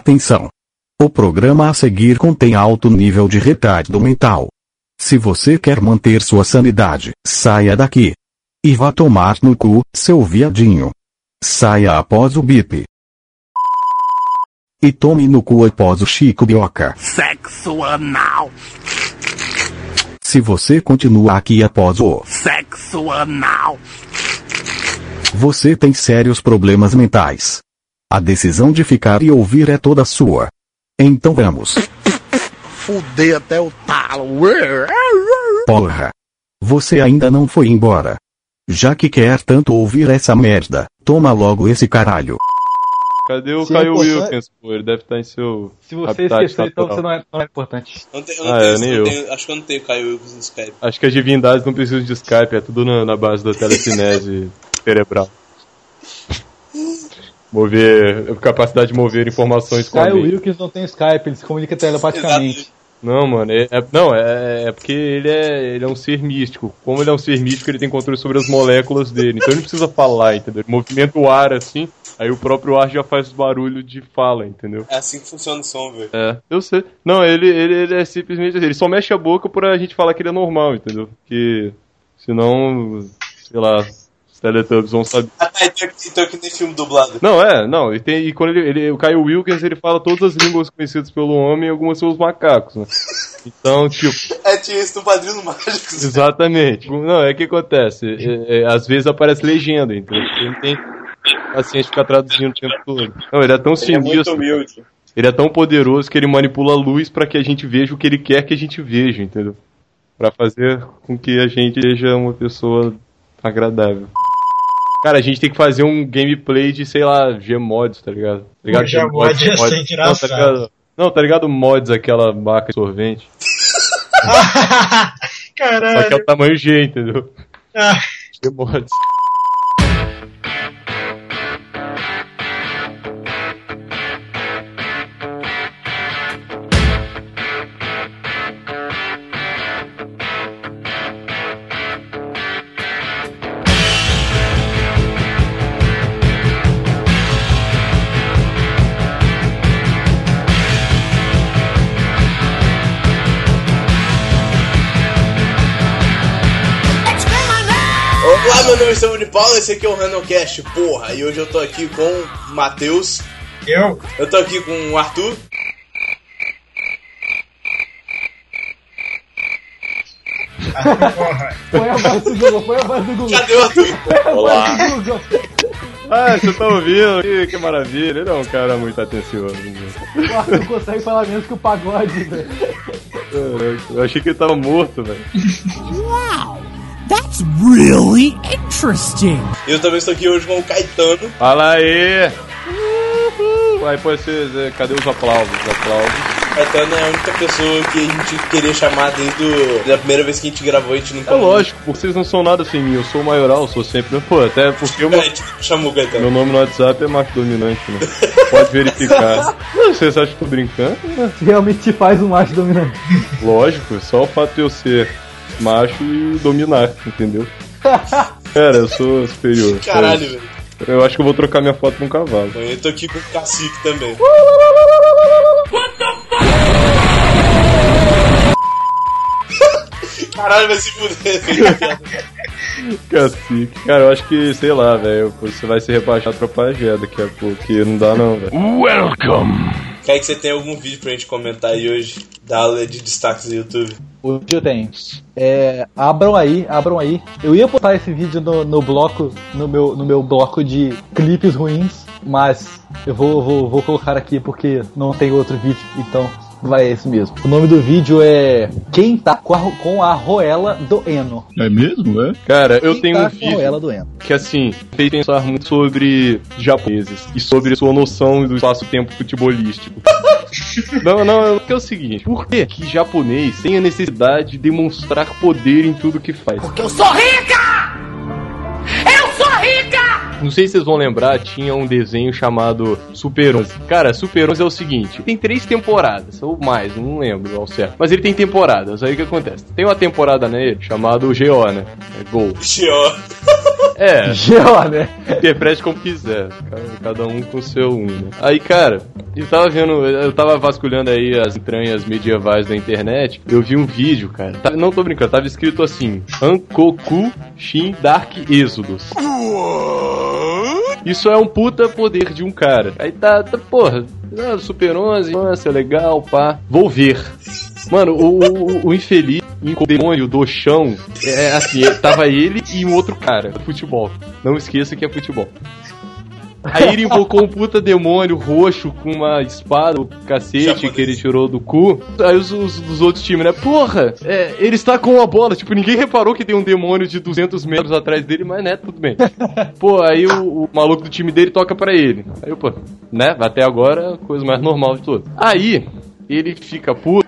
Atenção! O programa a seguir contém alto nível de retardo mental. Se você quer manter sua sanidade, saia daqui. E vá tomar no cu, seu viadinho. Saia após o bip. E tome no cu após o Chico Bioca. Sexo anal. Se você continuar aqui após o. Sexo anal. Você tem sérios problemas mentais. A decisão de ficar e ouvir é toda sua. Então vamos. Fudei até o talo. Porra. Você ainda não foi embora. Já que quer tanto ouvir essa merda, toma logo esse caralho. Cadê o Se Caio você- Wilkins, pô? Ele deve estar em seu. Se você Habitat esquecer, então natural. você não é, não é importante. Eu não tenho, eu não Ah, tenho, é, nem eu eu. tenho- acho que eu não tenho Caio Wilkins no Skype. Acho que as divindades não precisam de Skype, é tudo na, na base da telecinese cerebral. Mover. capacidade de mover informações com a Caio mente. Wilkins não tem Skype, ele se comunica telepaticamente. Não, mano, é, é- não, é, é porque ele é, ele é um ser místico. Como ele é um ser místico, ele tem controle sobre as moléculas dele. Então ele não precisa falar, entendeu? Ele movimenta o ar assim, aí o próprio ar já faz barulho de fala, entendeu? É assim que funciona o som, velho. É, eu sei. Não, ele, ele, ele é simplesmente assim, ele só mexe a boca pra gente falar que ele é normal, entendeu? Porque senão, sei lá, os Teletubbies vão saber. Ah, tá, então, então é que nem filme dublado. Não, é, não, e, tem, e quando ele, ele- o Caio Wilkins, ele fala todas as línguas conhecidas pelo homem e algumas pelos macacos, né? Então, tipo, É, tinha isso no Padrinho Mágico. Exatamente. Não, é o que acontece. É, é, às vezes aparece legenda, entendeu? Ele não tem paciente ficar traduzindo o tempo todo. Não, ele é tão Ele é muito sinistro. humilde. ele é tão poderoso que ele manipula a luz pra que a gente veja o que ele quer que a gente veja, entendeu? Pra fazer com que a gente seja uma pessoa agradável. Cara, a gente tem que fazer um gameplay de, sei lá, Gmods, tá ligado? Tá ligado? O Gmods é ia ser engraçado. Não, tá ligado? Não, tá ligado? Mods, aquela marca de sorvente. Só que é Caralho. o tamanho G, entendeu? Ah, Gmods. Olá, meu nome é Samuel de Paula, esse aqui é o Randomcast, porra. E hoje eu tô aqui com o Matheus, eu? eu tô aqui com o Arthur Porra. Põe a voz do Google, põe a voz do Google. Cadê o Arthur? Olá. Põe a voz do Google. Ah, você tá ouvindo? Ih, que maravilha. Ele é um cara muito atencioso. né? O Arthur consegue falar menos que o pagode, velho. Caraca, Eu achei que ele tava morto, velho. Wow, that's really interesting. E eu também estou aqui hoje com o Caetano. Fala aí! Uhul. Aí pode ser. é, Cadê os aplausos? aplausos. O Caetano é a única pessoa que a gente queria chamar desde o- da primeira vez que a gente gravou, a gente nunca. É lógico, porque vocês não são nada sem mim. Eu sou maioral, sou sempre. Pô, até porque eu. Cara, a então. gente nunca chamou o Caetano. Meu nome no WhatsApp é Marco Dominante, né? Pode verificar. Não, vocês acham que eu tô brincando? Isso realmente te faz um macho dominante. Lógico, é só o fato de eu ser macho e dominar, entendeu? Cara, eu sou superior. Caralho, velho. Eu acho que eu vou trocar minha foto com um cavalo. Bom, Eu tô aqui com o Cacique também. Uh! Caralho, vai se fuder. Cacique. Cara, eu acho que, sei lá, velho, você vai se rebaixar pra pajé daqui a pouco, que não dá não, velho. Quer que você tem algum vídeo pra gente comentar aí hoje? Da aula de destaques do YouTube. Hoje eu tenho. É, abram aí, abram aí. Eu ia botar esse vídeo no, no bloco, no meu, no meu bloco de clipes ruins, mas eu vou, vou, vou colocar aqui porque não tem outro vídeo, então vai esse mesmo. O nome do vídeo é Quem tá com a, ro- com a roela do Eno. É mesmo, é? Cara, eu Quem tenho tá um com a vídeo roela do Eno. que, assim, fez pensar muito sobre japoneses e sobre sua noção do espaço-tempo futebolístico. não, não, porque é o seguinte, por que que japonês tem a necessidade de demonstrar poder em tudo que faz? Eu sou rica! Eu sou rica! Não sei se vocês vão lembrar, tinha um desenho chamado Super 11. Cara, Super 11 é o seguinte: tem três temporadas, ou mais, não lembro ao certo. Mas ele tem temporadas, aí o que acontece? Tem uma temporada nele chamado GO, né? É Gol. Chió. É, Geo, né? interprete como quiser. Cada- Cada um com o seu um. né? Aí, cara, eu tava vendo, eu tava vasculhando aí as entranhas medievais da internet. Eu vi um vídeo, cara. Tá- não tô brincando, tava escrito assim: Ankoku Shin Dark Exodus. Isso é um puta poder de um cara. Aí tá, tá porra, ah, Super 11, nossa, legal, pá. Vou ver. Mano, o, o, o infeliz, o demônio do chão, é assim, tava ele e um outro cara, futebol. Não esqueça que é futebol. Aí ele invocou um puta demônio roxo com uma espada, o cacete Japonês. que ele tirou do cu. Aí os, os- os outros times, né? Porra, é, ele está com a bola. Tipo, ninguém reparou que tem um demônio de 200 metros atrás dele, mas né, tudo bem. Pô, aí o, o maluco do time dele toca pra ele. Aí, pô, né? Até agora, a coisa mais normal de tudo. Aí, ele fica puto,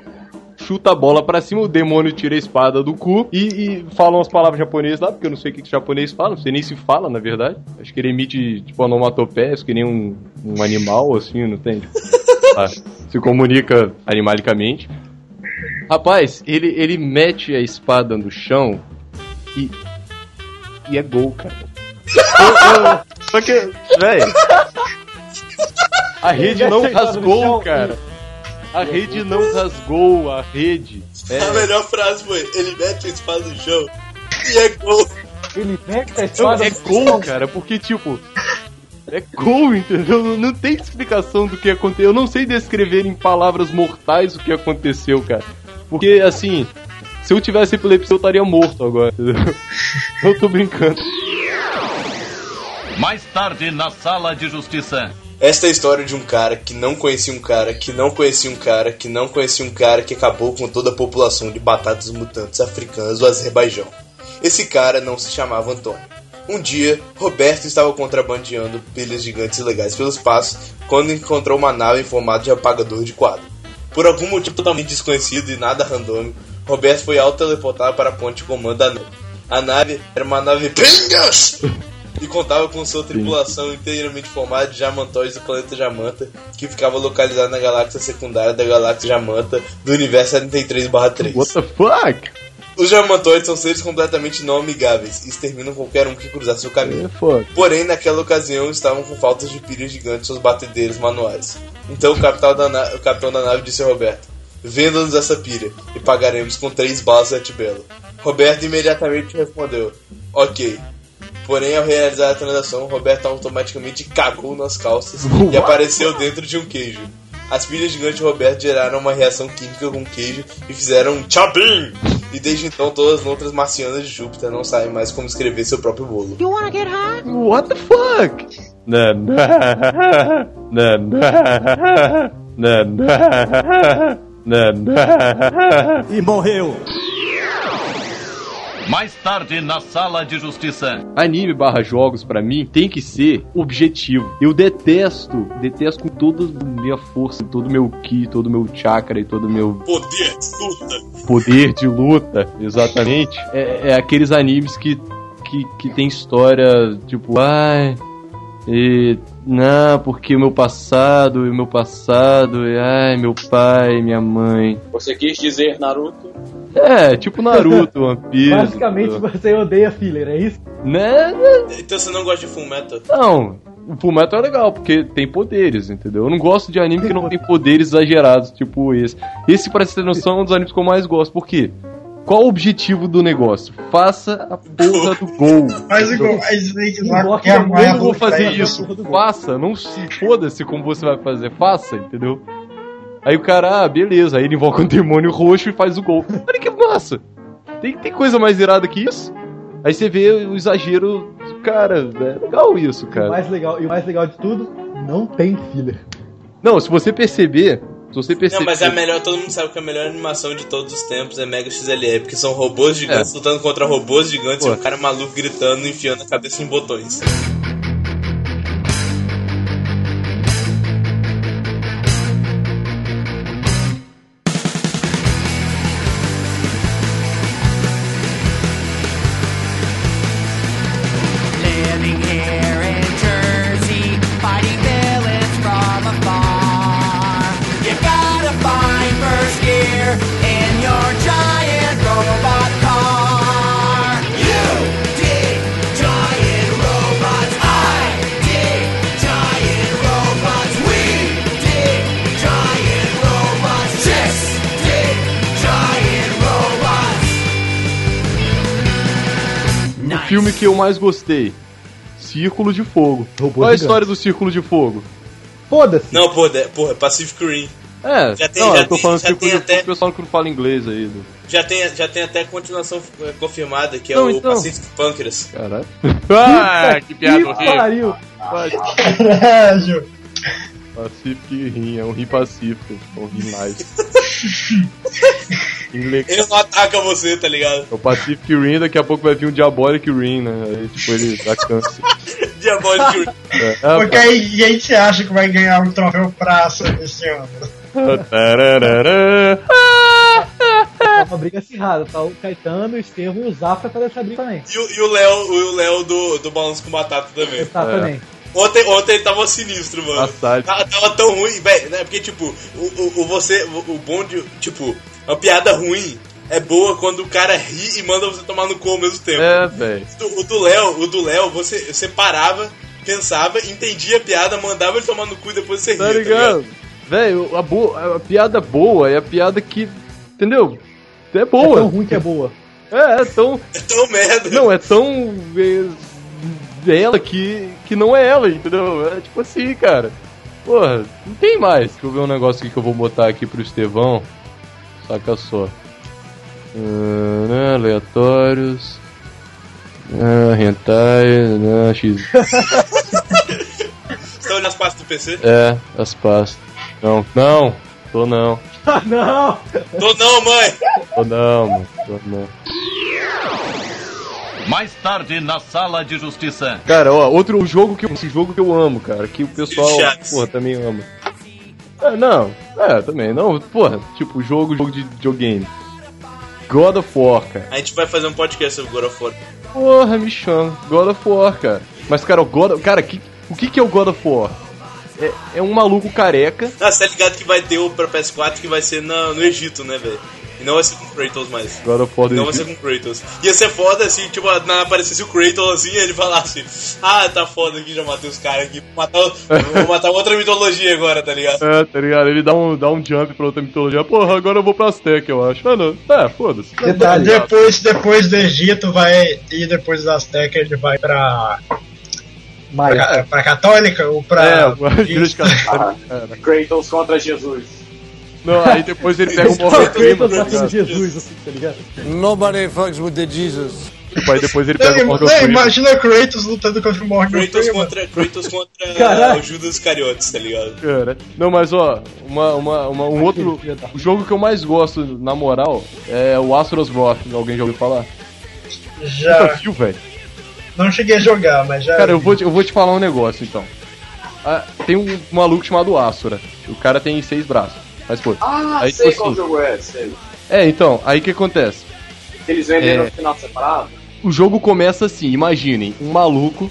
chuta a bola pra cima, o demônio tira a espada do cu e, e fala umas palavras japonesas lá, porque eu não sei o que, que japonês fala, não sei nem se fala, na verdade. Acho que ele emite, tipo, onomatopeias, que nem um, um animal, assim, não tem? Tá. Se comunica animalicamente. Rapaz, ele, ele mete a espada no chão e. E é gol, cara. Eu- eu- Só que, velho. A rede mete não a espada é no chão rasgou, e- cara. A rede não rasgou, a rede. A É, melhor frase foi: ele mete a espada no chão e é gol. Ele mete a espada. é gol, cara, porque tipo. É gol, entendeu? Não, não tem explicação do que aconteceu. Eu não sei descrever em palavras mortais o que aconteceu, cara. Porque, assim, se eu tivesse epilepsia, eu estaria morto agora, entendeu? Eu tô brincando. Mais tarde, na sala de justiça. Esta é a história de um cara que não conhecia um cara, que não conhecia um cara, que não conhecia um cara, que acabou com toda a população de batatas mutantes africanas do Azerbaijão. Esse cara não se chamava Antônio. Um dia, Roberto estava contrabandeando pilhas gigantes ilegais pelo espaço quando encontrou uma nave em formato de apagador de quadro. Por algum motivo totalmente desconhecido e nada randômico, Roberto foi autoteleportado para a ponte de comando da nave. A nave era uma nave Pingas! e contava com sua tripulação inteiramente formada de jamantóis do planeta Jamanta, que ficava localizado na galáxia secundária da galáxia Jamanta do universo 73/3. What the fuck? Os jamantóides são seres completamente não amigáveis e exterminam qualquer um que cruzar seu caminho. É foda. Porém, naquela ocasião estavam com faltas de pilhas gigantes seus batedeiros manuais. Então o capitão da, na- o capitão da nave disse a Roberto: Venda-nos essa pilha e pagaremos com três balas de Belo. Roberto imediatamente respondeu: Ok. Porém, ao realizar a transação, Roberto automaticamente cagou nas calças e apareceu dentro de um queijo. As pilhas gigantes de Roberto geraram uma reação química com o queijo e fizeram um tchabim! E desde então, todas as outras marcianas de Júpiter não sabem mais como escrever seu próprio bolo. What the fuck? Né, né, né, né, né, né, né. E morreu. Mais tarde, na sala de justiça. Anime barra jogos pra mim tem que ser objetivo. Eu detesto, detesto com toda a minha força, todo o meu ki, todo o meu chakra e todo o meu poder luta. poder de luta, exatamente, é, é aqueles animes que, que, que tem história, tipo, ai, e, não, porque o meu passado, e o meu passado, e, ai, meu pai, minha mãe. Você quis dizer, Naruto? É, tipo Naruto, One Piece. Basicamente você odeia filler, é isso? né? Então você não gosta de Fullmetal? Não, o Fullmetal é legal, porque tem poderes, entendeu? Eu não gosto de anime que não tem poderes exagerados, tipo esse. Esse, pra você ter noção, é um dos animes que eu mais gosto. Por quê? Qual o objetivo do negócio? Faça a porra do gol. Mas igual, a Snake Sim, lá bloco quer de mais Eu não vou luta, fazer é, isso. do gol. Faça, não se foda-se como você vai fazer. Faça, entendeu? Aí o cara, ah, beleza. Aí ele invoca um demônio roxo e faz o gol. Olha que massa! Tem, tem coisa mais irada que isso? Aí você vê o exagero. Cara, é legal isso, E o cara. mais legal, e o mais legal de tudo, não tem filler. Não, se você perceber. Se você perceber. Não, mas é a melhor, todo mundo sabe que a melhor animação de todos os tempos é Mega XLR, porque são robôs gigantes lutando contra robôs gigantes É. Pô. e um cara maluco gritando, enfiando a cabeça em botões. Living here in filme que eu mais gostei? Círculo de Fogo. Robô Qual é a gigante. história do Círculo de Fogo? Foda-se. Não, porra, é- porra, Pacific Rim. É, Já tem- não, já eu tô tem- falando já Círculo tem de até- Fogo, o pessoal que não fala inglês aí. né? Já tem, já tem até continuação eh, confirmada, que é Não, o então. Pacific Pancras. Caralho. ah, que piada Que horrível. pariu. Caralho. Pacific Rim, é um rim pacífico. É um rim mais. Inglês. Ele não ataca você, tá ligado? É o Pacific Rim, daqui a pouco vai vir um Diabolic Rim, né? Aí, tipo, ele dá câncer. Diabolic Rim. É. Porque aí, e aí você acha que vai ganhar um troféu praça esse ano. Tarararã. Tá uma briga acirrada. Tá o Caetano, o Estevam e o Zafra tá nessa briga também. E o e o Léo e o Léo do, do Balanço com Batata também. Tá É. também. Ontem, ontem ele tava sinistro, mano. Passagem. Tava, tava tão ruim, velho, né? Porque, tipo, o, o, o você, o, o bom de, tipo, uma piada ruim é boa quando o cara ri e manda você tomar no cu ao mesmo tempo. É, velho. Do- o do Léo, o do Léo, você, você parava, pensava, entendia a piada, mandava ele tomar no cu e depois você ria, Tá ligado? Velho, a, bo- a piada boa é a piada que. Entendeu? É É tão boa. ruim que é boa. É, é tão. É tão merda. Não, é tão. é, ela que, que não é ela, entendeu? É tipo assim, cara. Porra, não tem mais. Deixa eu ver um negócio aqui que eu vou botar aqui pro Estevão. Saca só. Ah, né, aleatórios. Ah, hentai. né, X. Você tá olhando as pastas do PC? É, as pastas. Não, não, tô não. Ah, não! Tô não, mãe! Tô não, mano. Tô não. Mais tarde na sala de justiça. Cara, ó, outro jogo que eu- esse jogo que eu amo, cara, que o pessoal, Chaves. porra, também ama. É, não, é, também, não, porra, tipo, jogo, jogo de videogame. God of War, cara. A gente vai fazer um podcast sobre God of War. Porra, me chama. God of War, cara. Mas, cara, o God of- Cara, que, o que que é o God of War? É, é um maluco careca. Ah, você tá ligado que vai ter o pra PS4 que vai ser na- no Egito, né, velho? E não vai ser com o Kratos mais. God of War do Não vai ser com o Kratos. Ia ser foda assim, tipo, na, aparecesse o Kratos assim, ele falasse: Ah, tá foda aqui, já matei os caras aqui. Vou matar, o- vou matar outra mitologia agora, tá ligado? É, tá ligado? Ele dá um, dá um jump pra outra mitologia. Porra, agora eu vou pra Azteca, eu acho. Ah, não. É, foda-se. Detalhe. Depois, depois do Egito vai. E depois das Aztecas ele vai pra. Maia. Pra, pra Católica ou É, pra. uma igreja católica. É, né? Kratos contra Jesus. Não, aí depois ele pega um Tá feito mordomo, tá tá ligado? Jesus, assim, tá ligado? Nobody fucks with the Jesus. Tipo, aí depois ele Não, pega o ima- Morgan não, Freeman. imagina Kratos lutando contra o Morgan Kratos Freeman. contra, Kratos contra Caralho. o Judas Cariotes, tá ligado? Cara. É, né? Não, mas ó, uma, uma, uma- um outro. filho da- O jogo que eu mais gosto, na moral, é o Astros Roth. Alguém já ouviu falar? Nunca Já. viu, velho? Não cheguei a jogar, mas já. Cara, eu vou, te, eu vou te falar um negócio então. Ah, tem um maluco chamado Asura. O cara tem seis braços. Mas pô. Ah, Aí, sei tipo qual assim. jogo é, sei. É, então, aí o que acontece? Eles vendem É. no final separado. O jogo começa assim, imaginem, um maluco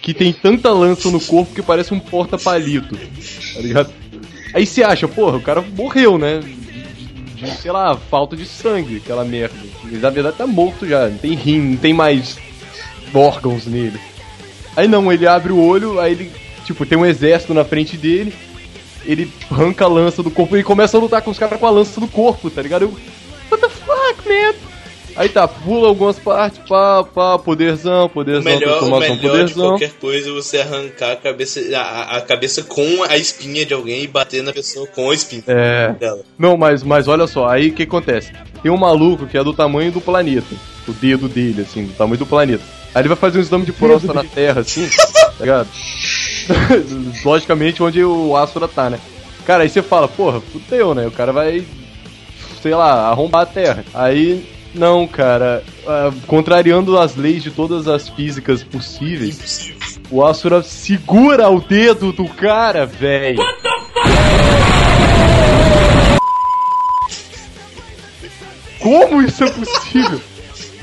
que tem tanta lança no corpo que parece um porta-palito. Tá ligado? Aí você acha, porra, o cara morreu, né? De, de- sei lá, falta de sangue, aquela merda. Ele na verdade tá morto já, não tem rim, não tem mais órgãos nele. Aí não, ele abre o olho, aí ele, tipo, tem um exército na frente dele, ele arranca a lança do corpo e começa a lutar com os caras com a lança do corpo, tá ligado? Eu, What the fuck, man? Aí tá, pula algumas partes, pá, pá, poderzão, O poderzão, melhor, o transformação, melhor de poderzão. qualquer coisa é você arrancar a cabeça, a, a cabeça com a espinha de alguém e bater na pessoa com a espinha É. dela. Não, mas, mas olha só, aí o que acontece? Tem um maluco que é do tamanho do planeta. O dedo dele, assim, do tamanho do planeta. Aí ele vai fazer um exame de próstata na Terra, assim, tá ligado? Logicamente, onde o Asura tá, né? Cara, aí você fala, porra, fudeu, né? O cara vai, sei lá, arrombar a Terra. Aí, não, cara, ah, contrariando as leis de todas as físicas possíveis, Impossível. o Asura segura o dedo do cara, velho. Como isso é possível?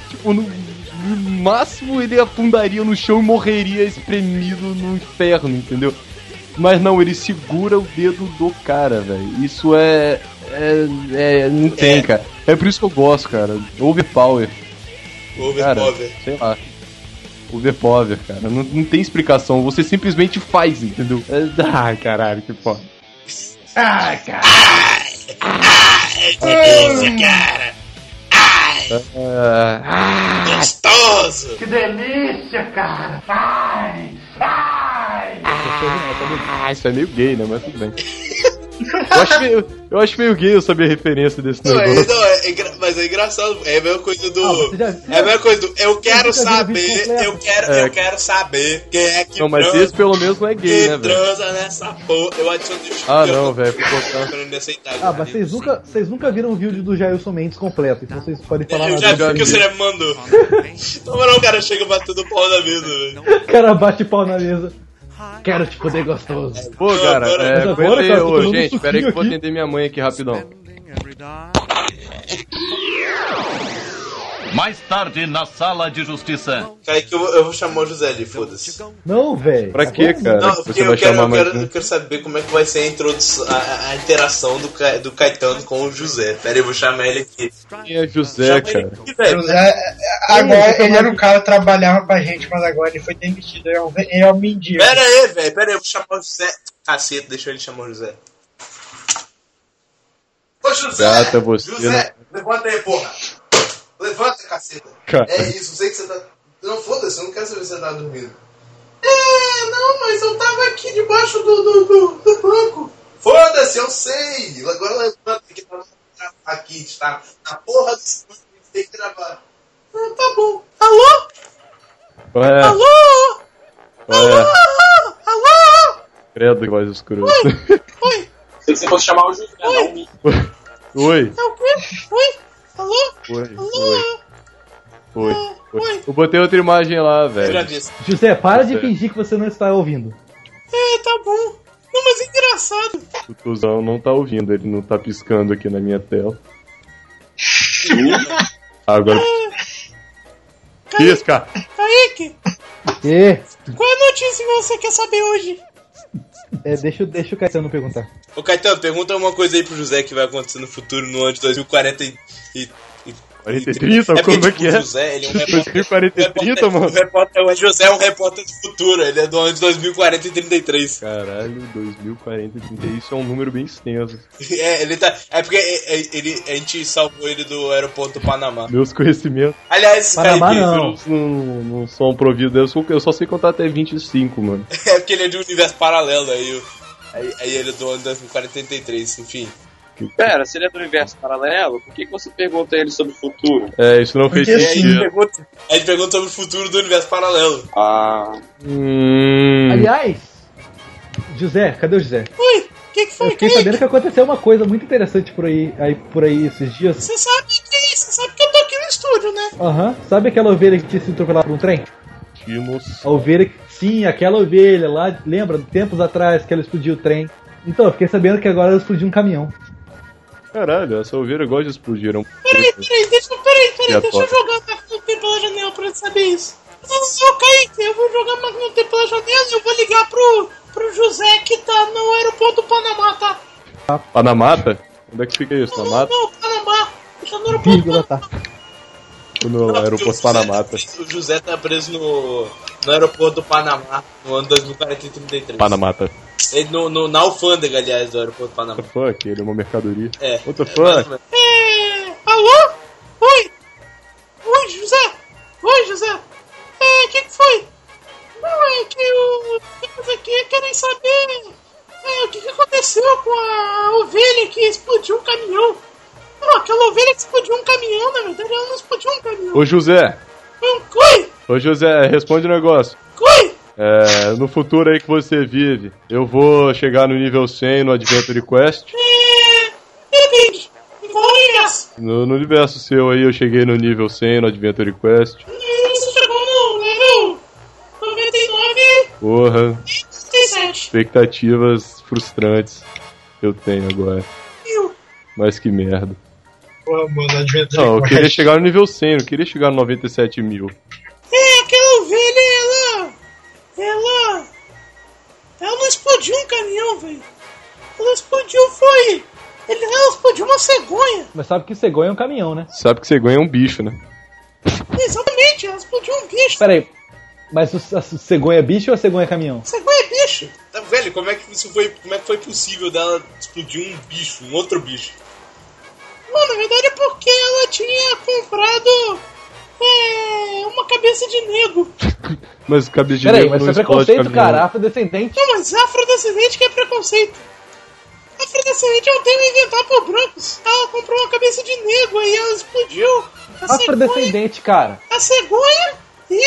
tipo, no, no máximo ele afundaria no chão e morreria espremido no inferno, entendeu? Mas não, ele segura o dedo do cara, velho. Isso é, é, é- Não tem, cara. É por isso que eu gosto, cara. Overpower. Cara, Overpower. sei lá. Overpower, cara. Não, não tem explicação. Você simplesmente faz, entendeu? É- Ai, caralho, que foda. É delícia, cara! Ah, Gostoso! gostoso! Que delícia, cara! Ai! Ai! Ah, isso é meio gay, né? Mas tudo bem. Eu acho meio, eu acho meio gay eu saber a referência desse Não, é, negócio. não, é, é engra- mas é engraçado. É a mesma coisa do. Ah, você já- é a mesma coisa do. Eu quero já viu o saber, vídeo completo? eu quero, É. eu quero saber quem é que Não, mas transa, esse pelo menos não é gay, quem né, velho? transa nessa porra. Eu adiciono de Ah, não, velho, ficou- Ah, mas vocês nunca, vocês nunca viram um vídeo do Jailson Mendes completo, então vocês podem falar Eu nada. já vi que o vi. Seré me mandou. Na moral, o cara chega batendo pau na mesa, velho. O cara bate pau na mesa. Quero te poder gostoso. Pô, cara, Agora- é, Mas agora, aguentei, cara, eu tô ô, tomando um gente, pera aí que eu vou suquinho atender minha mãe aqui rapidão. Mais tarde na sala de justiça. Cara, que eu, eu vou chamar o José ali, foda-se. Não, velho. Pra quê, cara? Não, que você porque eu vai quero, chamar eu, mais quero, um? eu quero saber como é que vai ser a introdução, a- a, a interação do, Ca- do Caetano com o José. Pera aí, eu vou chamar ele aqui. Quem é José, Chama ele cara? aqui, velho. José, é, agora ele era um cara que trabalhava pra gente, mas agora ele foi demitido. Ele é um, ve- ele é um mendigo. Pera aí, velho, pera aí, eu vou chamar o José. Cacete, deixa ele chamar o José. Ô José! Gata, você né? José, levanta aí, porra! Levanta, caceta! Cara. É isso, sei que você tá. Não, foda-se, eu não quero saber se você tá dormindo. É, não, mas eu tava aqui debaixo do, do, do, do banco. Foda-se, eu sei! Agora levanta que tá aqui, está na porra do segundo que tem que gravar. Ah, tá bom. Alô? Qual é? Alô? Qual é? Alô? Credo, que voz escura. Se você um fosse chamar o José, não o Mi. Oi. É o quê? Oi? Alô? Oi. Oi. Oi. Oi. Eu botei outra imagem lá, velho. José, para de José. fingir que você não está ouvindo. É, tá bom. Não, mas é engraçado. O Tuzão não tá ouvindo, ele não tá piscando aqui na minha tela. Agora. Pisca! Kaique, E, qual é a notícia que você quer saber hoje? é, deixa, deixa o Caetano perguntar. Ô, Caetano, pergunta uma coisa aí pro José que vai acontecer no futuro, no ano de 2040 e... e... e- 43, porque, como é tipo, que é? O José, ele é um repórter... 2043, repórter- mano. o repórter- o José é um repórter do futuro, ele é do ano de 2040 e 33. Caralho, 2040, 30, isso é um número bem extenso. É, ele tá. É porque é, é, ele, a gente salvou ele do aeroporto do Panamá. Meus conhecimentos Aliás, Panamá Kaique, não. não, não, não são providos, eu só, eu só sei contar até 25, mano. É porque ele é de um universo paralelo, aí, o- aí, aí ele é do ano de 2043, enfim. Pera, se ele é do universo paralelo, por que, que você pergunta a ele sobre o futuro? É, isso não fez Porque E aí ele sentido. pergunta, aí ele pergunta sobre o futuro do universo paralelo. Ah. Hum, Aliás, José, cadê o José? Oi, o que, foi, Eu fiquei sabendo que aconteceu uma coisa muito interessante por aí, aí, por aí esses dias. Você sabe que é isso, você sabe que eu tô aqui no estúdio, né? Aham, sabe aquela ovelha que tinha sido atropelada por um trem? Timos. A ovelha que. Sim, aquela ovelha lá, lembra? Tempos atrás que ela explodiu o trem. Então, eu fiquei sabendo que agora ela explodiu um caminhão. Caralho, essa ovelha gosta de explodir. é um- Peraí, deixa, peraí, peraí, E a deixa eu porta? jogar a máquina do tempo pela janela pra ele saber isso. Não, ô Kaique, eu vou jogar a máquina do tempo pela janela e eu vou ligar pro, pro José que tá no aeroporto do Panamá, tá? Lá Ah, na mata? Onde é que fica isso? Na mata? Não, Panamá, ele tá no aeroporto do Vírgula, tá? No aeroporto Panamata. O José tá preso no, no aeroporto do Panamá no ano 2043. Panamata. Ele no, no, na alfândega, aliás, do aeroporto do Panamá. What the fuck? Ele é uma mercadoria. É. What the é, mais ou fuck? menos. É, alô? Oi? Oi, José? Oi, José? É, o que, que foi? Não, é que o- os aqui querem saber é, o que, que aconteceu com a ovelha que explodiu um caminhão. Não, aquela ovelha que explodiu um caminhão, na verdade, ela não explodiu um caminhão. Ô José! Foi um coi, Ô José, responde o negócio. coi. É, no futuro aí que você vive, eu vou chegar no nível 100 no Adventure Quest. É, depende. Olha, No, no universo seu aí eu cheguei no nível 100 no Adventure Quest. isso chegou no nível 99 Porra, 37. expectativas frustrantes eu tenho agora. Mas que merda. Porra, mano, Adventure Não, eu Quest. queria chegar no nível 100, eu queria chegar no 97 mil. É, aquela né? ovelha, ela. Ela. Ela não explodiu um caminhão, velho. Ela explodiu, foi. Ele, ela explodiu uma cegonha. Mas sabe que cegonha é um caminhão, né? Sabe que você ganha um bicho, né? Exatamente, ela explodiu um bicho. Pera aí. Mas o- a cegonha é bicho ou a cegonha é caminhão? Cegonha é bicho. Tá, velho, como é que isso foi. Como é que foi possível dela explodir um bicho, um outro bicho? Mano, na verdade é porque ela tinha comprado É uma cabeça de negro. Mas o cabelo de Peraí, negro mas não isso é explode preconceito, caminhão. cara. Afrodescendente. Não, mas afrodescendente que é preconceito. Afrodescendente é um termo inventado por brancos. Ela comprou uma cabeça de negro e ela explodiu. A cegonha, Afrodescendente, cara. a cegonha e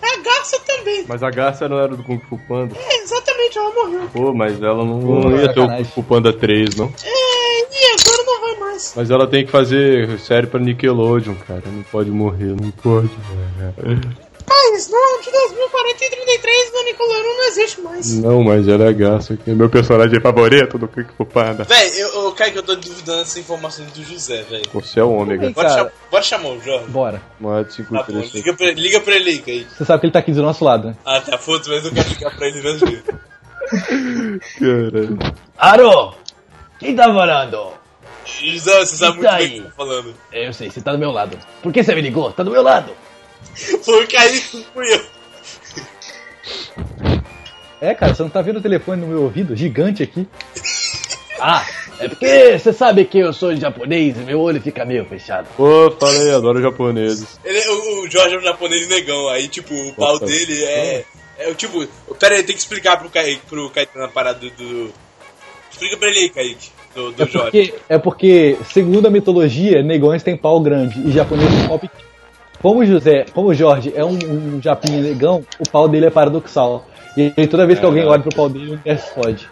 a garça também. Mas a garça não era do Kung Fu Panda. É, exatamente, ela morreu. Pô, mas ela não, Pô, não ia ter o Kung sacanagem. Fu Panda 3, não. É, e agora não vai mais. Mas ela tem que fazer série pra Nickelodeon, cara. Não pode morrer, não pode. velho. Mas não, de 2040 e 33 no Nickelodeon não existe mais. Não, mas ela é garça, que é meu personagem favorito do Kung Fu Panda. Véi, eu, eu, cara, que eu tô duvidando dessa informação do José, véi. Você é o ômega. Bora, cham- bora chamar o Jorge. Bora. Mate 5, Tá bom, liga pra, liga pra ele aí, Kaique. Você sabe que ele tá aqui do nosso lado, né? Ah, tá, foda-se, mas eu quero ligar pra ele mesmo. Caralho. Aro! Quem tá falando? José, você sabe muito Eita bem o aí. que tá falando. Eu sei, você tá do meu lado. Por que você me ligou? Tá do meu lado. Foi o Kaique, não fui eu. É, cara, você não tá vendo o telefone no meu ouvido? Gigante aqui. Ah, é porque você sabe que eu sou japonês e meu olho fica meio fechado. Ô, falei, adoro japoneses. Ele é- o, o Jorge é um japonês negão, aí, tipo, o pau Opa. dele é. É o tipo. Pera aí, tem que explicar pro Kaique, pro Kaique na parada do. do- Explica pra ele aí, Kaique, do, do É Jorge. porque, é porque, segundo a mitologia, negões têm pau grande e japoneses têm pau pequeno. Como o José, como o Jorge é um, um japinha negão, o pau dele é paradoxal. E aí, toda É vez que alguém olha pro pau dele, é o universo explode.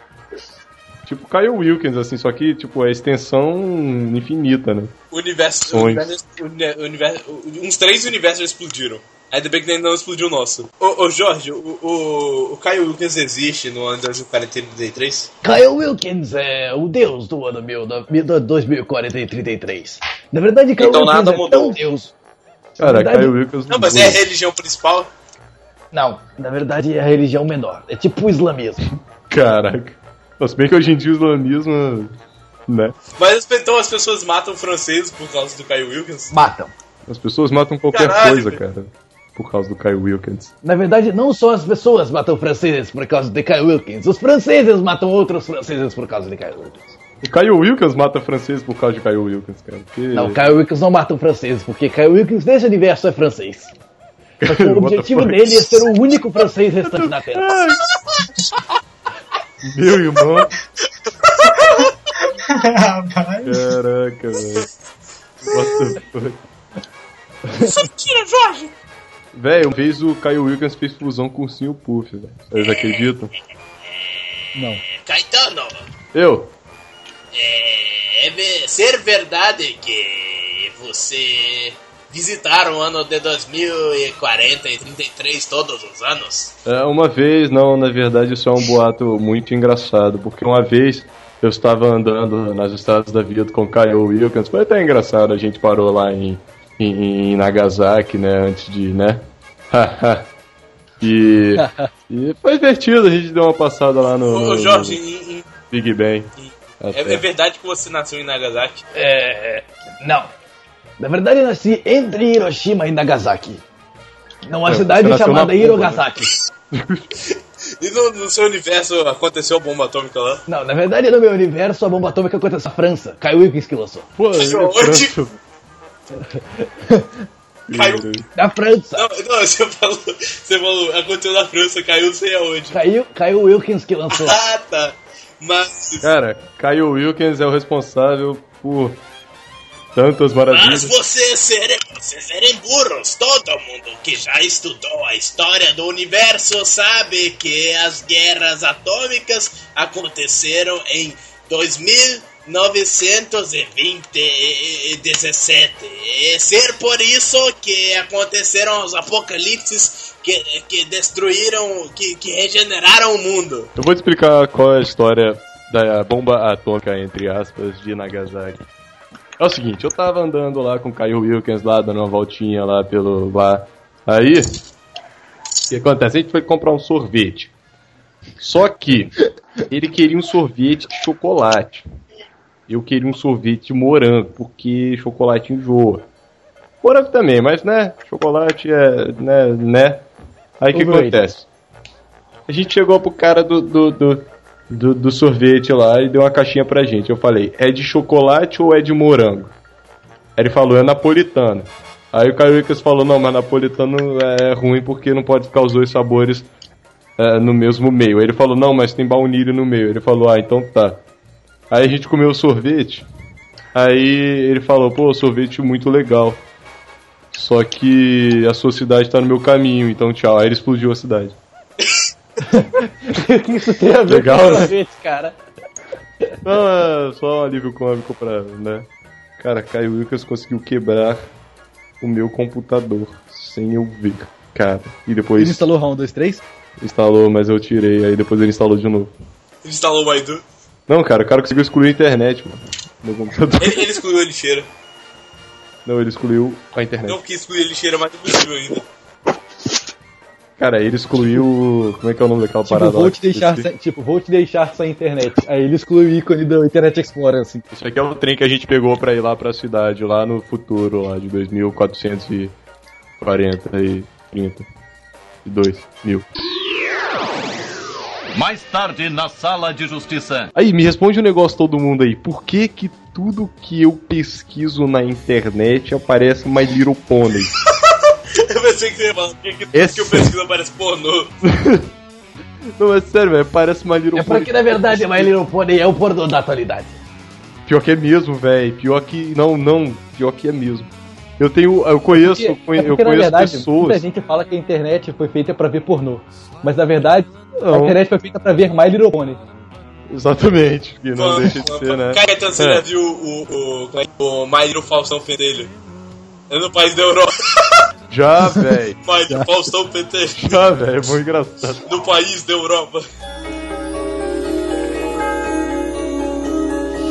Tipo Kyle Wilkins, assim, só que, tipo, é extensão infinita, né? O universo. O Sonhos. universo, o uni- o universo- o- uns três universos já explodiram. Ainda bem que ainda não explodiu o nosso. Ô, ô Jorge, o, o, o Caio Wilkins existe no ano 2043? Kyle Wilkins é o deus do ano mil, no- mil- do- 2040 e 33. Na verdade, Kyle Então Wilkins nada é mudou. tão deus. Cara, Verdade. Kyle Wilkins Não, mas é a religião principal? Não, na verdade é a religião menor. É tipo o islamismo. Caraca. Não, se bem que hoje em dia o islamismo. né? Mas então as pessoas matam franceses por causa do Caio Wilkins? Matam. As pessoas matam qualquer Caralho, coisa, velho. cara. Por causa do Kyle Wilkins. Na verdade, não só as pessoas matam franceses por causa de Kyle Wilkins. Os franceses matam outros franceses por causa de Kyle Wilkins. O Kyle Wilkins mata francês por causa de Kyle Wilkins, cara. Porque... Não, Kyle Wilkins não mata um francês, porque Kyle Wilkins nesse universo é francês. Mas o What the objetivo fuck? dele é ser o único francês restante na Terra. Meu irmão. Caraca, velho. What the fuck? Isso é mentira, Jorge. Velho, uma vez o Kyle Wilkins fez fusão com o Ursinho Puff, velho. Vocês acreditam? Não. Caetano, Eu? é ve- ser verdade que você visitar o ano de 2040 e 33 todos os anos? É, uma vez, não, na verdade isso é um boato muito engraçado, porque uma vez eu estava andando nas estradas da vida com o Kyle Wilkins, foi até engraçado, a gente parou lá em, em, em Nagasaki, né, antes de, né, e, e foi divertido, a gente deu uma passada lá no, Ô, no- Jorge, no em- em- Big Bang. é, Até. é verdade que você nasceu em Nagasaki? É. Não. Na verdade, eu nasci entre Hiroshima e Nagasaki. Numa É, você cidade nasceu na chamada Cuba, Hirogasaki. E no, no seu universo aconteceu a bomba atômica lá? Não, na verdade, no meu universo, a bomba atômica aconteceu na França. Kyle Wilkins que lançou. Pô, é Jorge! Caiu. Na França. Não, não, você falou, você falou, aconteceu na França, caiu não sei aonde. Caiu, caiu Wilkins que lançou. Ah, tá. Mas, Cara, Kyle Wilkins é o responsável por tantas mas é maravilhas. vocês serem, vocês serem burros. Todo mundo que já estudou a história do universo sabe que as guerras atômicas aconteceram em 2917. É ser por isso que aconteceram os apocalipses que, que destruíram, que, que regeneraram o mundo. Eu vou te explicar qual é a história da bomba atômica, entre aspas, de Nagasaki. É o seguinte, eu tava andando lá com o Caio Wilkins lá, dando uma voltinha lá pelo lá. Aí, o que acontece? A gente foi comprar um sorvete. Só que ele queria um sorvete de chocolate. Eu queria um sorvete de morango, porque chocolate enjoa. Morango também, mas né, chocolate é, né, né. Aí o que Overrated. acontece? A gente chegou pro cara do, do, do, do- do sorvete lá e deu uma caixinha pra gente. Eu falei, é de chocolate ou é de morango? Aí ele falou, é napolitano. Aí o Caio Wilkins falou, não, mas napolitano é ruim porque não pode ficar os dois sabores é, no mesmo meio. Aí ele falou, não, mas tem baunilha no meio. Ele falou, ah, então tá. Aí a gente comeu sorvete. Aí ele falou, pô, sorvete muito legal. Só que a sua cidade tá no meu caminho, então tchau. Aí ele explodiu a cidade. O que isso tem a ver Legal, com né? sorvete, cara? Não, é só um alívio cômico pra. né? Cara, Caio Wilkins conseguiu quebrar o meu computador sem eu ver, cara. E depois. Ele instalou ROM 2.3? Instalou, mas eu tirei, aí depois ele instalou de novo. Ele instalou o Baidu. Não, cara, o cara conseguiu excluir a internet, mano. Meu computador. Ele, ele excluiu a lixeira. Não, ele excluiu a internet. Não porque excluir a lixeira é mais impossível ainda. Cara, ele excluiu. Como é que é o nome daquela Tipo parada? lá vou, te que eu deixar esqueci? sem, tipo, vou te deixar sem internet. Aí ele exclui o ícone do Internet Explorer, assim. Isso aqui é o trem que a gente pegou pra ir lá pra cidade, lá no futuro, lá de 2440 e 30 e 2000. Mais tarde na sala de justiça. Aí, me responde um negócio todo mundo aí. Por que que tudo que eu pesquiso na internet aparece My Little Pony? Eu pensei que você ia falar por que, que, Esse- que eu pesquiso parece pornô. Não, é sério, velho. Parece My Little É Pony. porque, na verdade, My Little Pony é o pornô da atualidade. Pior que é mesmo, velho. Pior que... Não, não. Pior que é mesmo. Eu tenho... Eu conheço... Porque- conhe- é porque, eu conheço na verdade, muita pessoas... gente fala que a internet foi feita pra ver pornô. Mas, na verdade, a Não. internet foi feita pra ver My Little Pony. Exatamente. Que não deixa de ser, né? Caetano, você É. já viu o, o, é o, o My Little Faustão Pentelho? É no país da Europa. Já, velho. My Little Faustão Pentelho. Já, velho. É muito engraçado. No país da Europa.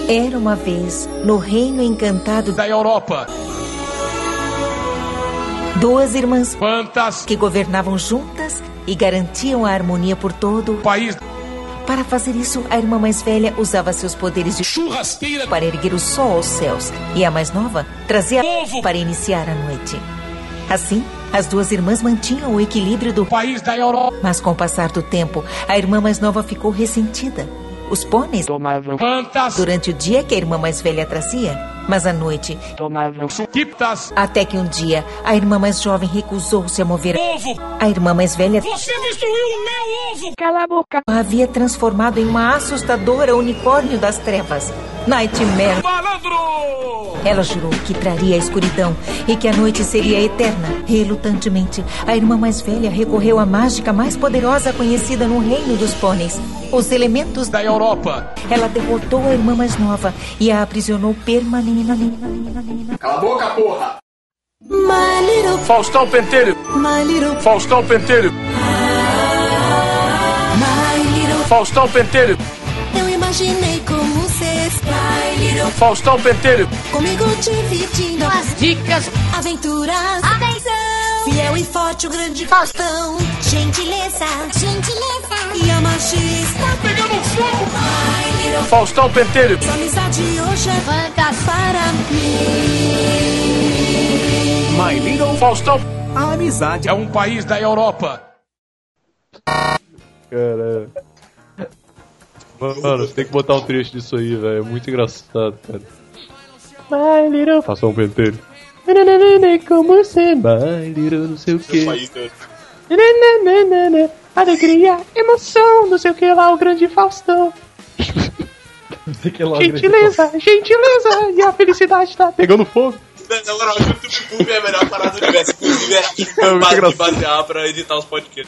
Era uma vez, no reino encantado da Europa, duas irmãs fantásticas que governavam juntas e garantiam a harmonia por todo o país. Para fazer isso, a irmã mais velha usava seus poderes de churrasqueira para erguer o sol aos céus, e a mais nova trazia ovo para iniciar a noite. Assim, as duas irmãs mantinham o equilíbrio do país da Europa. Mas com o passar do tempo, a irmã mais nova ficou ressentida. Os pôneis tomavam plantas durante o dia que a irmã mais velha trazia, mas à noite tomavam suquitas. Até que um dia, a irmã mais jovem recusou-se a mover ovo. A irmã mais velha destruiu o meu ovo! Cala a boca. Havia transformado em uma assustadora unicórnio das trevas. Nightmare. Ela jurou que traria a escuridão e que a noite seria eterna. Relutantemente, a irmã mais velha recorreu à mágica mais poderosa conhecida no reino dos pôneis, os elementos da Europa. Ela derrotou a irmã mais nova e a aprisionou permanentemente. Cala a boca, porra! Faustão Pentelho! Faustão Pentelho! Faustão Pentelho! Eu imaginei como ser Faustão Pentelho! Comigo dividindo as dicas, aventuras, atenção, fiel e forte o grande Faustão, gentileza, gentileza e a machista Tá pegando fogo. Faustão Pentelho! Sua amizade hoje é vaga para mim. My Little Faustão! é, A amizade é um país da Europa! Cara. Mano, você tem que botar um trecho disso aí, velho. É muito engraçado, cara. My Little Faça um pentelho. Nananana, como sempre. Bailiro, não sei o quê. Nananana, alegria, emoção, não sei o que lá, o grande Faustão. Gentileza, gentileza, e a felicidade tá pegando fogo. Na moral, o YouTube é a melhor parada do universo. Inclusive, é aqui que eu bato de basear pra editar os podcasts.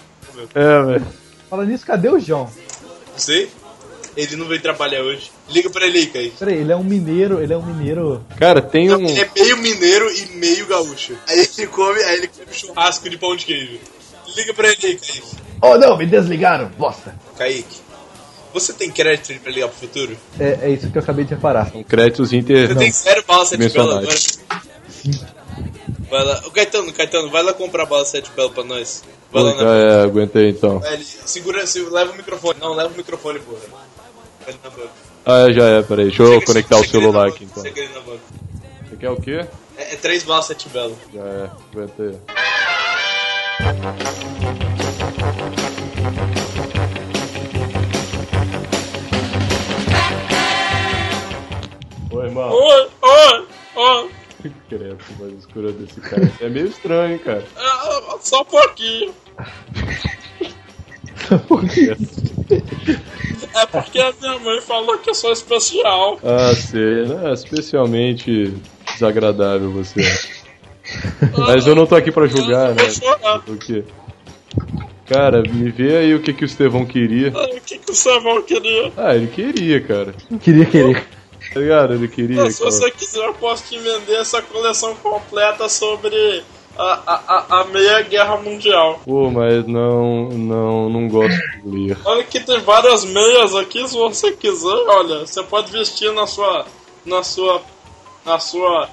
É, velho. Fala nisso, cadê o João? Não sei. Ele não veio trabalhar hoje. Liga pra ele aí, Kaique. Peraí, ele é um mineiro, ele é um mineiro. Cara, tem um. Ele é meio mineiro e meio gaúcho. Aí ele come, aí ele come churrasco de pão de queijo. Liga pra ele aí, Kaique. Oh, não, me desligaram, bosta. Kaique, você tem crédito pra ligar pro futuro? É, é isso que eu acabei de reparar. Um Créditos inter. Você tem sério bala né? 7 bela agora? Mencionais. Vai lá. Ô, Caetano, Caetano, vai lá comprar bala 7 bela pra nós. Vai lá na... É, aguentei então. Vai ali. Segura, se- leva o microfone. Não, leva o microfone, tá porra. Vai ali na boca. Ah, já é, peraí. Deixa eu conectar o celular aqui então. Você ganha na boca. Você quer o quê? tá É, é 3 balas 7 bela. Já é, aguentei. Oi, irmão. Ô, ô, ô. Credo, mais escura desse cara. É meio estranho, hein, cara. Ah, só um pouquinho. É porque a minha mãe falou que eu sou especial. Ah, sei. É especialmente desagradável você. Mas eu não tô aqui pra julgar, né? O quê? Cara, me vê aí o que, que o Estevão queria. Ah, O que, que o Savão queria? Ah, ele queria, cara. Queria querer. Tá ligado? Ele queria. Ah, se cara. você quiser, eu posso te vender essa coleção completa sobre a, a, a, a meia guerra mundial. Pô, mas não, não, não gosto de ler. Olha que tem várias meias aqui, se você quiser, olha, você pode vestir na sua. na sua. na sua.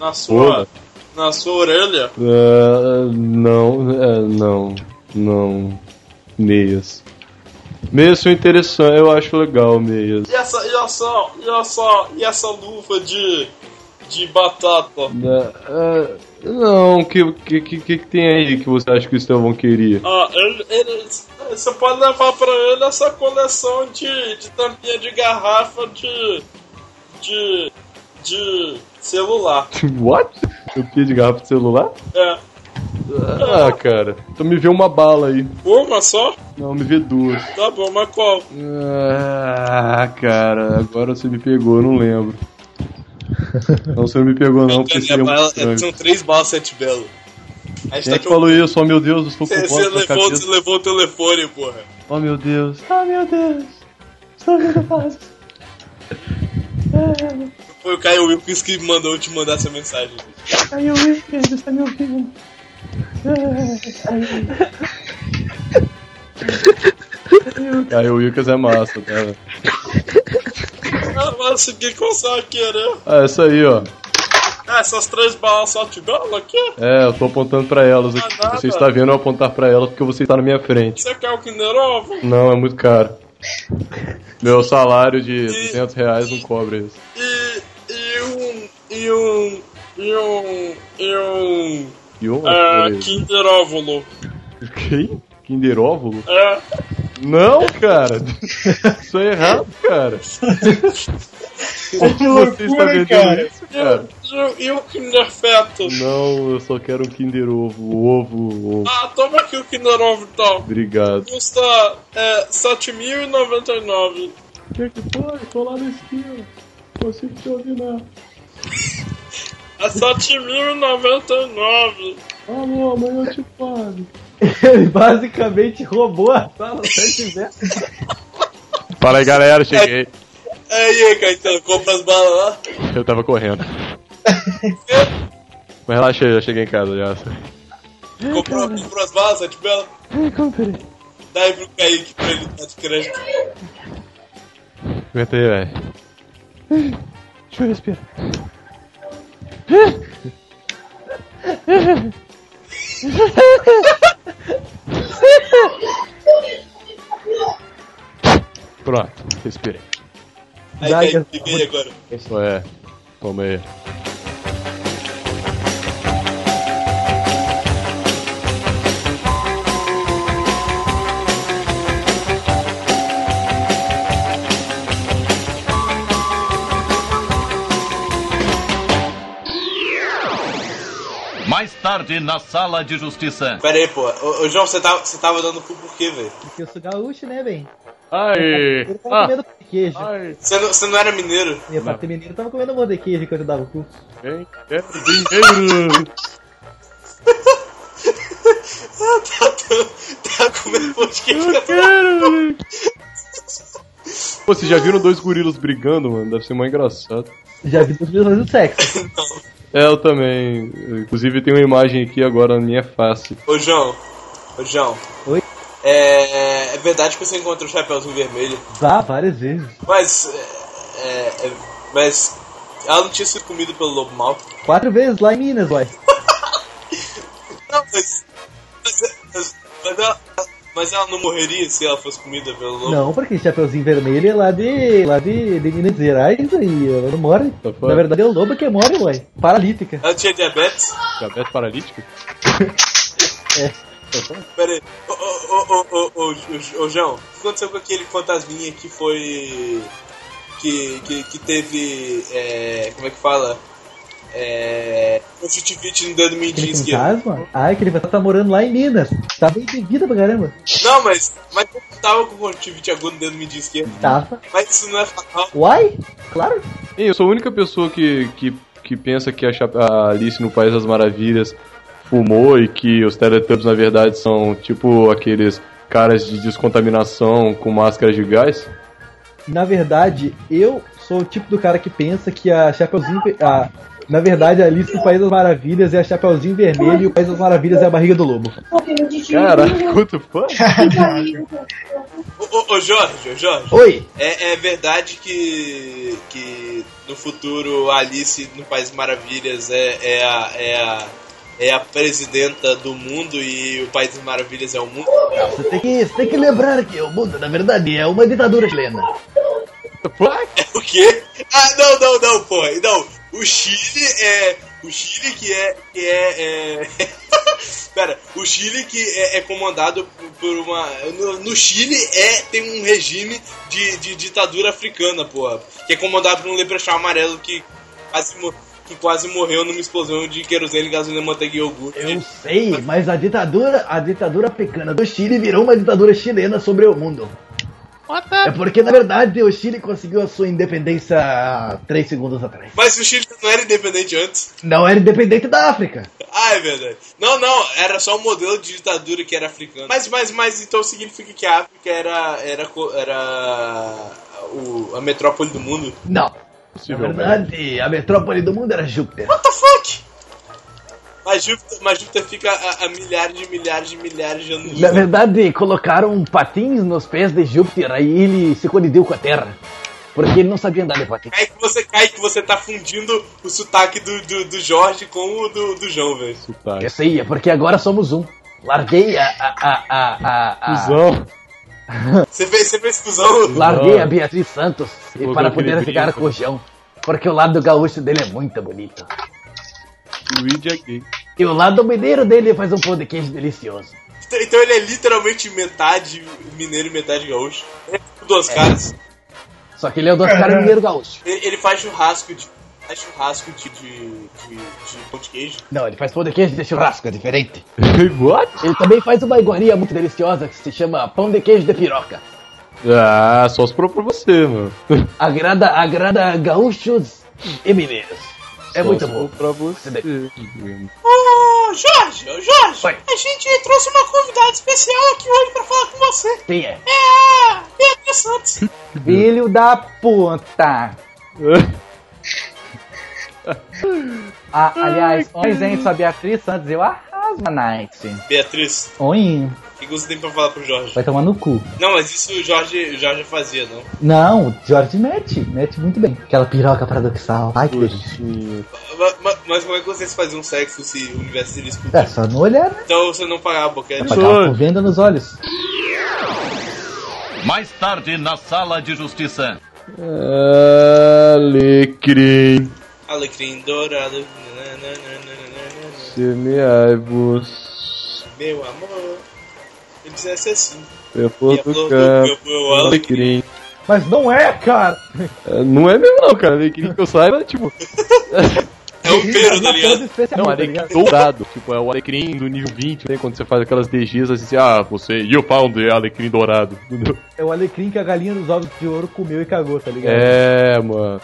na sua. Porra. na sua orelha. Ah, não, ah, não, não. Meias. Meias são interessantes, eu acho legal meias. E essa, e essa, e essa, e essa luva de. de batata. Ah, ah, não, o que, que, que, que que tem aí que você acha que o Estevão queria? Ah, ele, ele- você pode levar pra ele essa coleção de, de tampinha de garrafa de. de. de celular. What? Eu queria de garrafa de celular? É. Ah, cara. Então me vê uma bala aí. Uma só? Não, me vê duas. Tá bom, mas qual? Ah, cara, agora você me pegou, eu não lembro. Não, você não me pegou não, porque seria muito estranho. É, São três balas, sete belo. A gente Quem é tá que falou isso? Oh meu Deus, eu estou com Você bosta na levou, cabeça. você levou o telefone, porra. Oh meu Deus. Ah, meu Deus. um Estou vendo paz. É, Foi o Caio Wilkins que mandou eu te mandar essa mensagem. Ai, o Wilkins está tá me ouvindo. É, Aí o Wilkes é massa, tá? Ah, mas o que que você vai querer? Ah, essa aí, ó. Ah, essas três balas só te dão aqui? É, eu tô apontando pra elas aqui. Ah, nada. Você está vendo eu apontar pra elas porque você está na minha frente. Você quer o Kinder Ovo? Não, é muito caro. Meu salário de 200 reais não cobre isso. E, e um. E um. E um. E um. E um? É, beleza. Kinder Óvulo. Quem? Kinder Óvulo? É. Não, cara! Isso é errado, cara! Como você está vendendo isso, cara? E, o- e o Kinder Feto? Não, eu só quero um Kinder Ovo, ovo, ovo. Ah, toma aqui o Kinder Ovo então. Obrigado. Custa é, 7.099. que que foi? Tô lá na esquina. Consigo tá te ouvir não. É 7.099. Alô, amanhã eu te pago. Ele basicamente roubou a sala sete vezes. Fala aí, galera, cheguei. Aí, Caetano, compra as balas lá. Eu tava correndo. Mas relaxa aí, eu cheguei em casa já. Comprou, comprou as balas, sete bela. comprei. Dá aí pro Kaique pra ele dar de crédito. Aguenta aí, velho. Deixa eu respirar. Pronto, respirei. Aí, Kaique, fica aí agora. Isso é. Toma aí. Mais tarde na sala de justiça. Pera aí, pô. Ô, ô, João, você tava, você tava dando cu por quê, velho? Porque eu sou gaúcho, né, bem? Ai! Eu Ah. tava Ah. comendo pão de queijo. Você não, você não era mineiro? Meu pai mineiro tava comendo pão de queijo enquanto eu dava o cu. Quem quer dinheiro? tá comendo pão de queijo. Pô, vocês já viram dois gorilas brigando, mano? Deve ser mó engraçado. Já vi duas vezes fazendo sexo. É, eu também. Inclusive tem uma imagem aqui agora na minha face. Ô, João. Ô, João. Oi? É, é verdade que você encontrou o Chapeuzinho Vermelho, Vá várias vezes. mas... É, é, mas... Ela não tinha sido comida pelo lobo mal. Quatro vezes lá em Minas, uai. Não, mas... Mas, mas- mas ela, mas ela não morreria se ela fosse comida pelo lobo? Não, porque Chapeuzinho Vermelho é lá de. lá de, de Minas Gerais aí, ela não mora. Tá Na verdade é o lobo que mora, uai. Paralítica. Ela tinha diabetes? Diabetes paralítico? É, Pera aí. Ô, ô, ô, ô, ô, ô, ô, ô, João, o que aconteceu com aquele fantasminha que foi... Que, que, que teve... É, como é que fala? É. Conjuntivite no dedo mindinho Aquele esquerdo. fantasma? Ai, aquele fantasma tá morando lá em Minas. Tá bem de vida pra caramba. Não, mas, mas eu tava com conjuntivite agudo no dedo mindinho esquerdo. Tava. Mas isso não é fatal. Uai? Claro. Ei, eu sou a única pessoa que, que, que pensa que a, Chap- a Alice no País das Maravilhas fumou e que os Teletubbies, na verdade, são tipo aqueles caras de descontaminação com máscara de gás. Na verdade, eu sou o tipo do cara que pensa que a Chapeuzinho. Ver- a- na verdade, a Alice do País das Maravilhas é a Chapeuzinho Vermelho e o País das Maravilhas é a barriga do lobo. Caraca, what the fuck? Ô, ô, ô, Jorge, ô Jorge. Oi. É, é verdade que, que no futuro a Alice no País das Maravilhas é, é, a, é, a, é a presidenta do mundo e o País das Maravilhas é o mundo? Você tem que, você tem que lembrar que o mundo, na verdade, é uma ditadura chilena. O quê? Ah, não, não, não, pô. Não, o Chile é. O Chile que é. Que é, é... Pera, o Chile que é, é comandado por- por uma. No, no Chile é, tem um regime de, de ditadura africana, porra. Que é comandado por um leprechaun amarelo que quase, mo- que quase morreu numa explosão de querosene, gasolina, manteiga e iogurte. Eu Sei, mas a ditadura, a ditadura africana do Chile virou uma ditadura chilena sobre o mundo. É porque, na verdade, o Chile conseguiu a sua independência há três segundos atrás. Mas o Chile não era independente antes. Não era independente da África. Ah, é verdade. Não, não, era só um modelo de ditadura que era africano. Mas, mas, mas então significa que a África era, era, co- era o, a metrópole do mundo? Não. Na verdade, a metrópole do mundo era Júpiter. What the fuck? Mas Júpiter, mas Júpiter fica a, a milhares de milhares de milhares de anos. Na verdade, colocaram patins nos pés de Júpiter, aí ele se colidiu com a Terra. Porque ele não sabia andar de patins. Cai que você cai que você tá fundindo o sotaque do, do, do Jorge com o do, do João, velho. Eu sei, é porque agora somos um. Larguei a. a. a. a. a, a Fusão. Ah. Você fez, você fez fusão? Larguei a Beatriz Santos e Colocou para aquele poder ficar né? brinco. com o João. Porque o lado gaúcho dele é muito bonito. Luigi é gay. E o lado mineiro dele faz um pão de queijo delicioso. Então, então ele é literalmente metade mineiro e metade gaúcho. Ele é duas caras. Só que ele é o dos caras mineiro gaúcho. Ele, ele faz churrasco de. Faz churrasco de. de. de, de pão de queijo. Não, ele faz pão de queijo de churrasco, é diferente. What? Ele também faz uma iguaria muito deliciosa que se chama pão de queijo de piroca. Ah, só se propor você, mano. Agrada, agrada gaúchos e mineiros. É Só muito se bom. Pra você. Ô, Jorge, ô, Jorge, Oi. a gente trouxe uma convidada especial aqui hoje pra falar com você. Quem é? É a Beatriz Santos. Filho da puta. Ah, aliás, Ai, oi, gente, sou a Beatriz Santos. Eu arraso na night. Beatriz, Oi, o que você tem pra falar pro Jorge? vai tomar no cu. Não, mas isso o Jorge, o Jorge fazia, não? Não, Jorge mete, mete muito bem. Aquela piroca paradoxal. Ai, que delícia. Ma- ma- Mas, como é que vocês faziam sexo se o universo seria explodido? É só não olhar, né? Então você não pagava É boquete? Apagava com venda nos olhos. Mais tarde na Sala de Justiça. Alecrim, Alecrim dourado. nananana, semeai vos Meu amor. Ele dissesse assim. eu vou Minha flor do do campo, campo, alecrim. Mas não é, cara! É, Não é mesmo não, cara. Alecrim que eu saiba, tipo... É um pelo, tá ligado? Não, alecrim dourado. Tipo, é o alecrim do nível 20, né? Quando você faz aquelas DGs assim, ah, você... You found the alecrim dourado, entendeu? É o alecrim que a galinha dos ovos de ouro comeu e cagou, tá ligado? É, mano.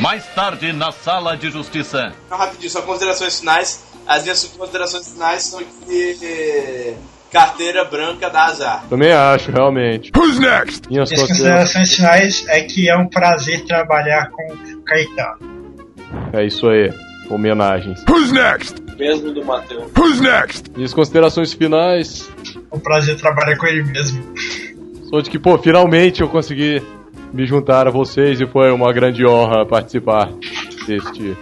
Mais tarde na Sala de Justiça. Não, Então, rapidinho, só considerações finais. As minhas considerações finais são que eh, carteira branca dá azar. Também acho, realmente. Who's next? Minhas Minhas considerações. considerações finais é que é um prazer trabalhar com o Caetano. É isso aí. Homenagens. Who's next? Mesmo do Matheus. Who's next? Minhas considerações finais. É um prazer trabalhar com ele mesmo. Sou de que, pô, finalmente eu consegui me juntar a vocês e foi uma grande honra participar deste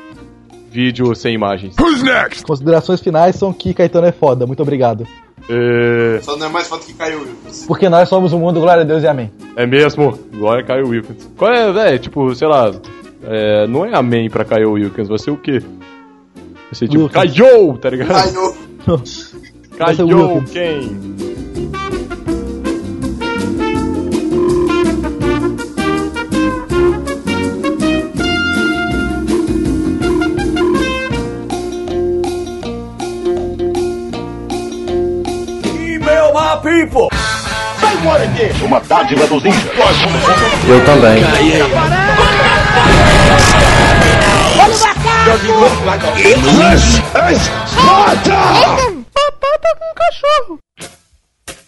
vídeo sem imagens. Who's next? Considerações finais são que Caetano é foda, muito obrigado. É, Só não é mais foto que caiu, Wilkins. Porque nós somos o mundo, glória a Deus e amém. é mesmo. Agora caiu o Wilkins. Qual é, velho? Tipo, sei lá. é, não é amém pra Caio Wilkins, vai ser o quê? Vai ser tipo, Wilkins. caiu, tá ligado? Vai é ser o Caiu Wilkins. quem? mim, pô! Sai embora aqui! Uma dádiva dos índios. Eu também. Vamos macaco! Inglês Escota! Batata com cachorro!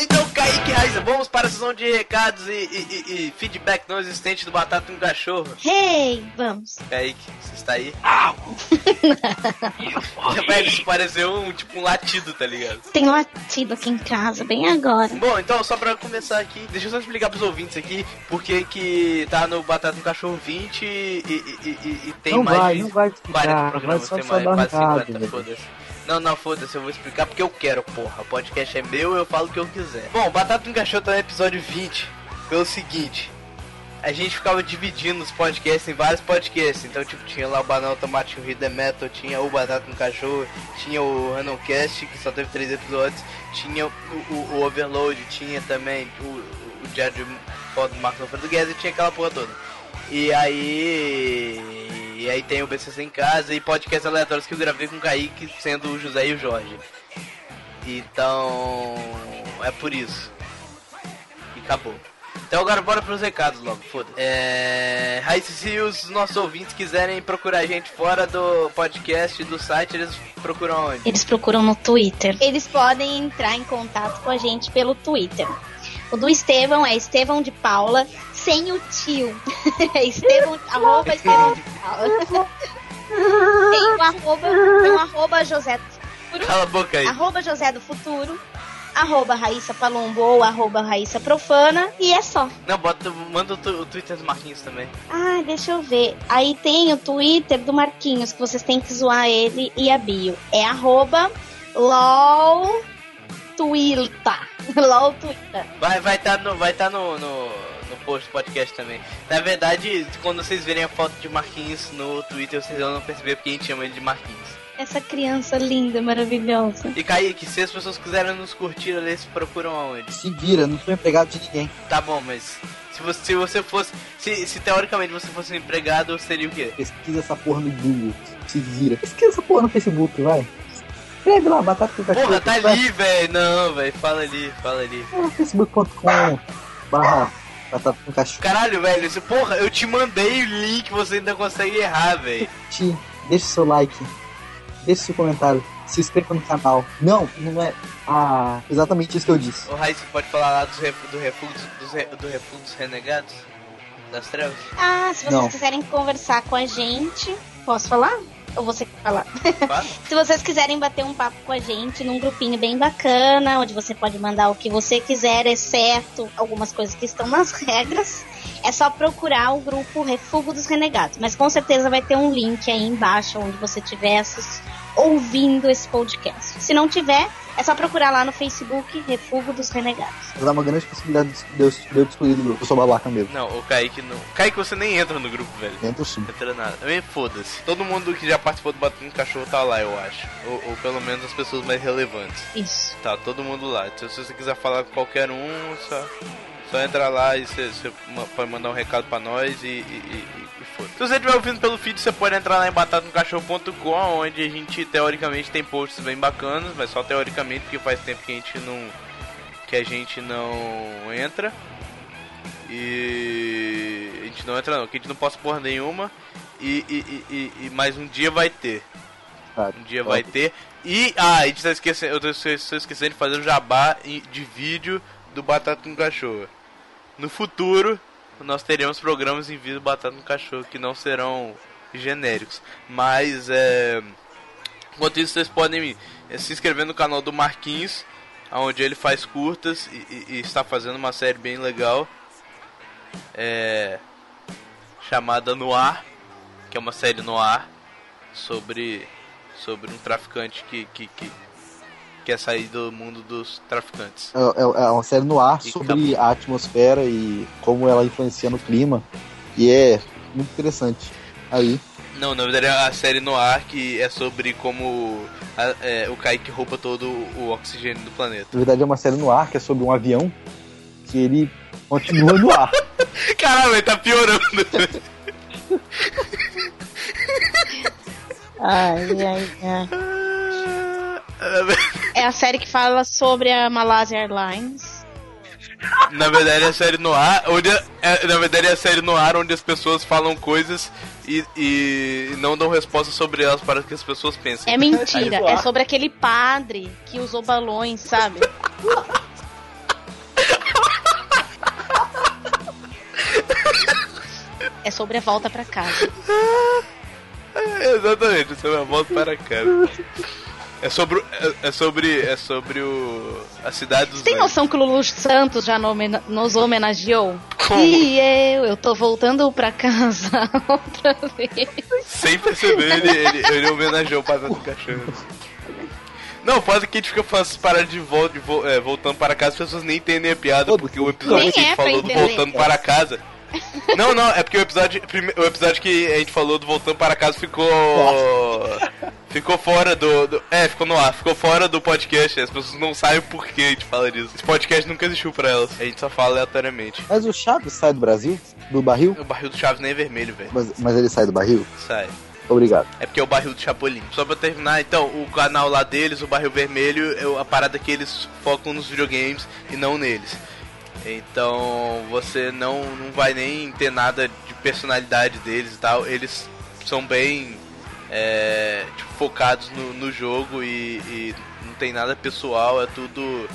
Então, Kaique Raiza, vamos para a sessão de recados e, e- e- e feedback não existente do Batata com Cachorro. Hey, vamos. Kaique, você está aí? Velho, isso pareceu um, tipo um latido, tá ligado? Tem latido aqui em casa, bem agora. Bom, então, só pra começar aqui, deixa eu só explicar pros ouvintes aqui porque que tá no Batata com Cachorro 20 e, e- e- e- e tem Não mais vai, de não vai explicar, 40 vai programas, só tem só mais dar quase recado, 50, velho. foda-se. Não, não, foda-se, eu vou explicar porque eu quero, porra. O podcast é meu, eu falo o que eu quiser. Bom, Batata com Cachorro tá no episódio 20, pelo seguinte... A gente ficava dividindo os podcasts em vários podcasts. Então, tipo, tinha lá o Banal Automático Rio The Metal, tinha o Batata com Cachorro, tinha o Randomcast, que só teve três episódios, tinha o, o- o Overload, tinha também o, o- o Diário de Foto do Marcos Alfredo Guedes, e tinha aquela porra toda. E aí. E aí tem o BCC em casa e podcasts aleatórios que eu gravei com o Kaique, sendo o José e o Jorge. Então. É por isso. E acabou. Então agora bora pros recados logo, foda-se. É... Aí se os nossos ouvintes quiserem procurar a gente fora do podcast e do site, eles procuram onde? Eles procuram no Twitter. Eles podem entrar em contato com a gente pelo Twitter. O do Estevão é Estevão de Paula, sem o tio. É Estevão, arroba Estevão de Paula. Tem o arroba, tem o arroba José Cala a boca aí. arroba José do Futuro, arroba Raíssa Palombo ou arroba Raíssa Profana, e é só. Não, bota, manda o, tu- o Twitter do Marquinhos também. Ah, deixa eu ver. Aí tem o Twitter do Marquinhos, que vocês têm que zoar ele e a bio. É arroba LOL LOL Vai vai tá no vai tá no, no, no post do podcast também. Na verdade, quando vocês verem a foto de Marquinhos no Twitter, vocês vão perceber porque a gente chama ele de Marquinhos. Essa criança linda, maravilhosa. E Kaique, se as pessoas quiserem nos curtir, eles procuram aonde? Se vira, não sou empregado de ninguém. Tá bom, mas se você, se você fosse. Se, se teoricamente você fosse um empregado, seria o quê? Pesquisa essa porra no Google. Se vira. Pesquisa essa porra no Facebook, vai. Escreve lá, batata com cachorro. Porra, tá vai. ali, velho. Não, velho. Fala ali, fala ali. É, Facebook.com barra batata com cachorro. Caralho, velho. Esse, porra, eu te mandei o link, você ainda consegue errar, velho. Ti, Deixa o seu like. Deixa o seu comentário. Se inscreva no canal. Não, não é. Ah, exatamente isso que eu disse. O Raiz pode falar lá dos ref, do refúgio dos, re- do refúgio dos renegados? Das trevas? Ah, se vocês Não. quiserem conversar com a gente, posso falar? Ou você quer falar? Fala. Se vocês quiserem bater um papo com a gente num grupinho bem bacana, onde você pode mandar o que você quiser, exceto algumas coisas que estão nas regras, é só procurar o grupo Refúgio dos Renegados. Mas com certeza vai ter um link aí embaixo onde você estiver assis- ouvindo esse podcast. Se não tiver, é só procurar lá no Facebook Refúgio dos Renegados. Vai dar uma grande possibilidade de eu, de eu descobrir do grupo. Eu sou babaca mesmo. Não, o Kaique não. Kaique, você nem entra no grupo, velho. Entro sim. Entra nada. Eu- Foda-se. Todo mundo que já participou do Batom Cachorro tá lá, eu acho. Ou, ou pelo menos as pessoas mais relevantes. Isso. Tá, todo mundo lá. Então, se você quiser falar com qualquer um, só, só entra lá e você você ma- pode mandar um recado pra nós e, e, e, e- e foda. Se você estiver ouvindo pelo feed, você pode entrar lá em batatacachorro.com, onde a gente teoricamente tem posts bem bacanas, mas só teoricamente porque faz tempo que a gente não. que a gente não entra. E a gente não entra não, que a gente não posta porra nenhuma. E, e, e, e, e mais um dia vai ter. Um dia vai ter. E, ah, a gente tá esquecendo, eu tô esque- tô esquecendo de fazer o jabá em- de vídeo do Batata com Cachorro. No futuro, nós teremos programas em vídeo do Batata com Cachorro que não serão genéricos. Mas, é... Enquanto isso, vocês podem eh, se inscrever no canal do Marquinhos, onde ele faz curtas e, e- e está fazendo uma série bem legal. É... Chamada Noir, que é uma série no ar sobre sobre um traficante que, que, que quer sair do mundo dos traficantes. É, é- é uma série no ar sobre a atmosfera e como ela influencia no clima. E é muito interessante. Aí, Não, na verdade é a série Noir que é sobre como a- é, o Kaique rouba todo o oxigênio do planeta. Na verdade é uma série no ar que é sobre um avião que ele continua no ar. Caralho, ele tá piorando. Ai, ai, ai. É a série que fala sobre a Malaysia Airlines. na verdade é a série Noir, onde é, na verdade é a série Noir onde as pessoas falam coisas e, e não dão resposta sobre elas para o que as pessoas pensam. É mentira. Aí- É sobre aquele padre que usou balões, sabe? é sobre a volta pra casa. É, exatamente, isso é uma volta para casa. É sobre, é, é sobre, é sobre o a cidade dos Tem anjos. noção que o Lulu Santos já nomena- nos homenageou? Como? E eu, eu tô voltando pra casa outra vez. Sem perceber, ele, ele, ele homenageou o Pateta do Cachorro. Não, foda que a gente fica falando essas paradas de, vol de vol- é, voltando para casa, as pessoas nem entendem a piada, porque o episódio Nem que a gente é pra falou do entender. voltando para casa. Não, não, é porque o episódio, prime- o episódio que a gente falou do voltando para casa ficou. Ficou fora do, do- É, ficou no ar, ficou fora do podcast. As pessoas não sabem por que a gente fala disso. Esse podcast nunca existiu pra elas. A gente só fala aleatoriamente. Mas o Chaves sai do Brasil? Do barril? O barril do Chaves nem é vermelho, velho. Mas, mas ele sai do barril? Sai. Obrigado. É porque é o barril do Chapolin. Só pra terminar, então, o canal lá deles, o barril vermelho, é o- a parada que eles focam nos videogames e não neles. Então você não, não vai nem ter nada de personalidade deles e tal. Eles são bem é, tipo, focados no, no jogo e, e não tem nada pessoal, é tudo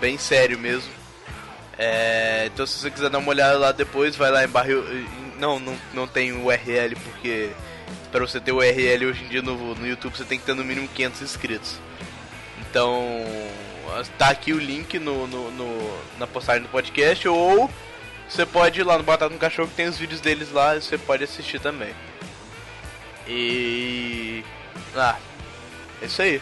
bem sério mesmo. É, então se você quiser dar uma olhada lá depois, vai lá em barril. Não, não, não tem URL porque para você ter URL hoje em dia no, no YouTube você tem que ter no mínimo 500 inscritos. Então tá aqui o link no, no- no- na postagem do podcast ou você pode ir lá no Batata no Cachorro que tem os vídeos deles lá e você pode assistir também. E ah, é isso aí.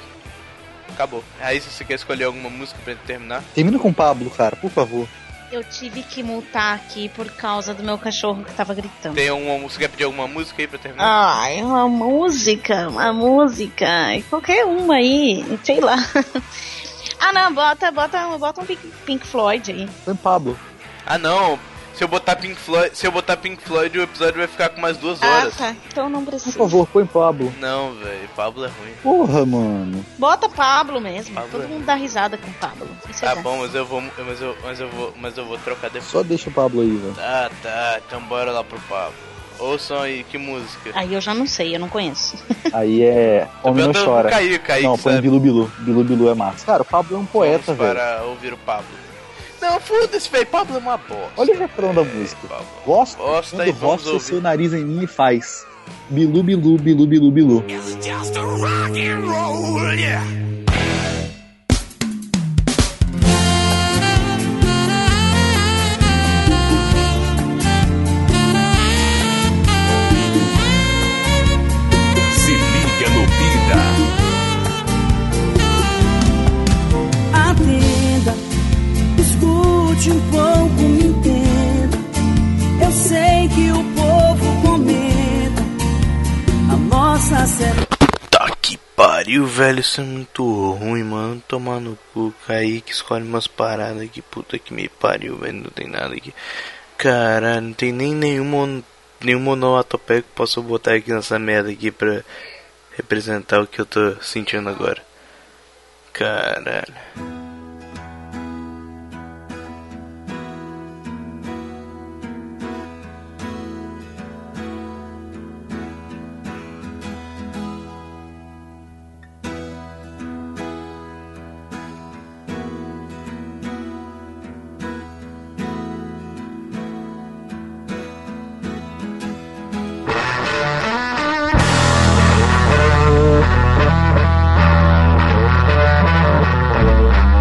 Acabou. Aí se você quer escolher alguma música pra terminar. Termina com o Pablo, cara, por favor. Eu tive que multar aqui por causa do meu cachorro que tava gritando. Tem um uma música, quer pedir alguma música aí pra terminar? Ai, uma música, uma música, qualquer uma aí, sei lá. Ah não, bota, bota, bota um Pink, Pink Floyd aí. Tem Pablo. Ah não, se eu botar Pink Floyd, se eu botar Pink Floyd o episódio vai ficar com mais duas Ah horas. tá, então não precisa. Por favor, põe Pablo. Não, velho, Pablo é ruim. Porra, mano. Bota Pablo mesmo. Pablo é Todo ruim. mundo dá risada com Pablo. Isso é Tá bom. bom, mas eu vou, mas eu, mas eu vou, mas eu vou trocar depois. Só deixa o Pablo aí, velho. Ah tá, então bora lá pro Pablo. Ouçam aí, que música? Aí eu já não sei, eu não conheço. Aí é. Homem não perguntando chora. pro Kaique, Kaique, não, põe sabe? Bilu Bilu. Bilu Bilu é massa. Cara, o Pablo é um poeta, Vamos velho. para ouvir o Pablo. Não, foda-se, velho, Pablo é uma bosta. Olha o refrão da música. Gosta, Gosta quando e vamos roça o ouvir. seu nariz em mim e faz. Bilu Bilu Bilu Bilu Bilu. Se liga no Vida. Atenda, escute um pouco, me entenda. Eu sei que o povo comenta a nossa série. Pariu, velho, isso é muito ruim, mano. Tomar no cu, Kaique, escolhe umas paradas aqui, puta que me pariu, velho, não tem nada aqui. Caralho, não tem nem nenhuma, nenhuma onomatopeia que possa botar aqui nessa merda aqui pra representar o que eu tô sentindo agora. Caralho. Thank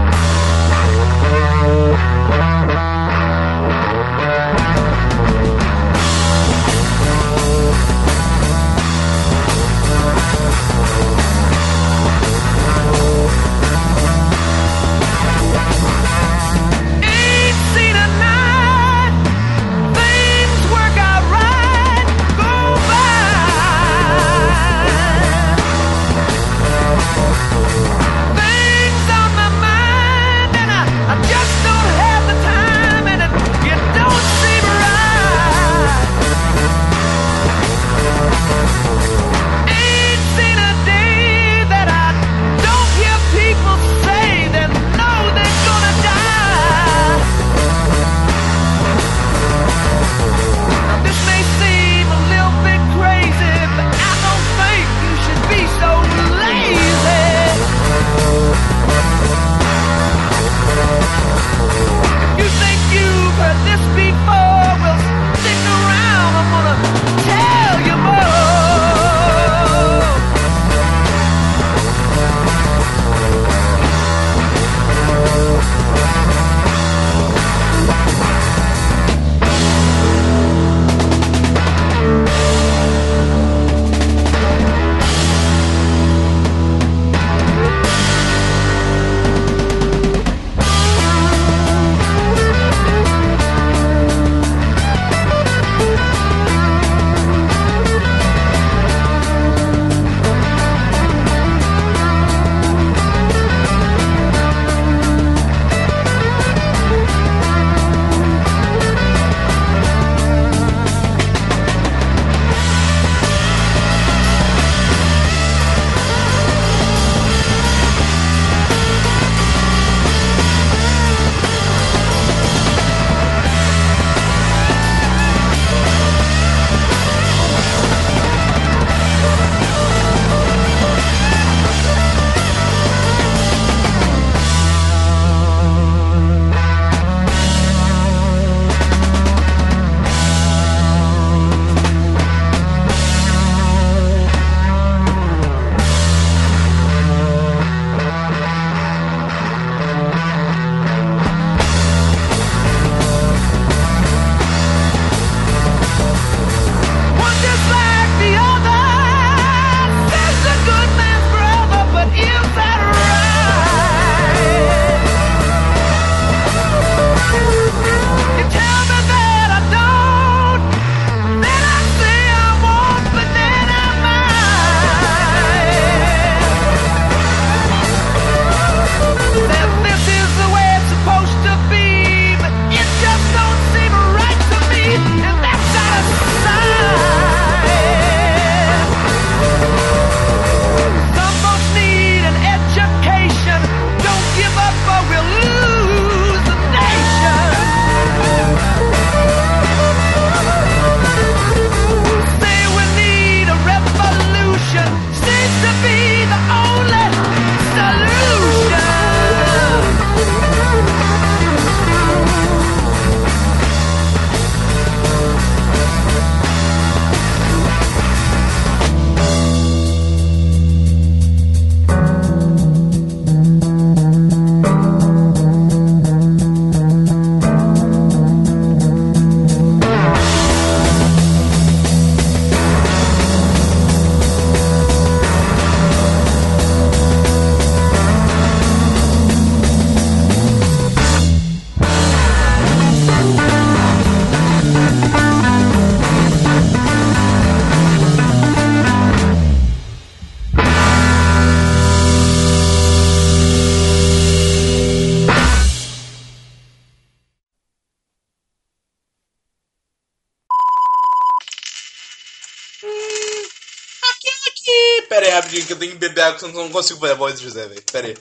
Pera aí, rapidinho, que eu tenho que beber água, senão eu não consigo fazer a voz do José, velho. Pera aí.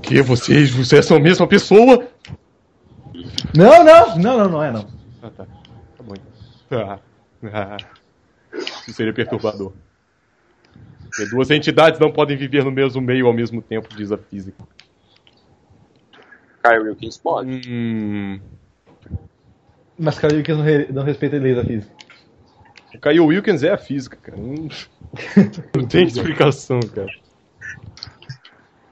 Que vocês, vocês são a mesma pessoa? Não, não, não, não, não é não. Ah, tá. Tá bom. então. Ah, ah. Isso seria perturbador. Porque duas entidades não podem viver no mesmo meio ao mesmo tempo, diz a física. Kyrie Wilkins pode. Hum. Mas Kyle Wilkins não, re- não respeita leis da física. Kyle Wilkins é a física, cara. Não, não tem explicação, cara.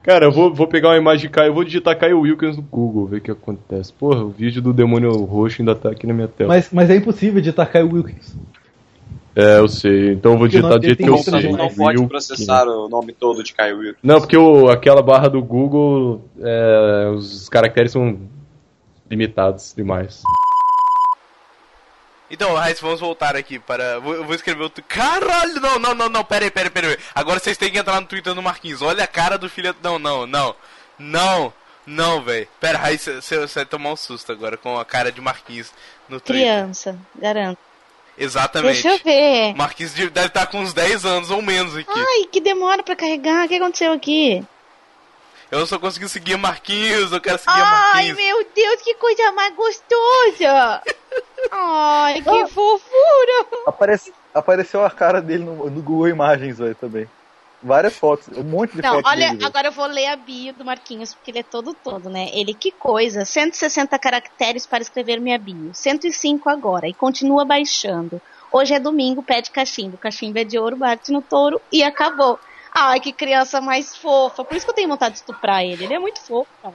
Cara, eu vou, vou pegar uma imagem de Kyle, eu vou digitar Kyle Wilkins no Google, ver o que acontece. Porra, o vídeo do demônio roxo ainda tá aqui na minha tela. Mas, mas é impossível de tacar o Wilkins. É, eu sei. Então eu vou Porque o nome digitar do jeito que dele eu tem sei. que Não Kyle pode Wilkins. processar o nome todo de Kyle Wilkins. Não, porque o- aquela barra do Google, é, os caracteres são limitados demais. Então, Raiz, vamos voltar aqui para. vou- Eu vou escrever outro. Caralho! Não, não, não, não, peraí, peraí, peraí. Agora vocês têm que entrar no Twitter do Marquinhos. Olha a cara do filho. Não, não, não. Não, não, velho. Pera, Raiz, você- você você vai tomar um susto agora com a cara de Marquinhos no Twitter. Criança, garanto. Exatamente. Deixa eu ver. Marquinhos de- deve estar com uns 10 anos ou menos aqui. Ai, que demora pra carregar. O que aconteceu aqui? Eu só consegui seguir Marquinhos, eu quero seguir Ai, Marquinhos. meu Deus, que coisa mais gostosa! Ai, Ah. que fofura! Aparece, apareceu a cara dele no, no Google Imagens velho, também. Várias fotos, um monte de Não, fotos olha, dele, velho. agora eu vou ler a bio do Marquinhos, porque ele é todo todo, né? Ele, que coisa, 160 caracteres para escrever minha bio, 105 agora, e continua baixando. Hoje é domingo, pede cachimbo, cachimbo é de ouro, bate no touro e acabou. Ai, que criança mais fofa, por isso que eu tenho vontade de estuprar ele, ele é muito fofo, cara.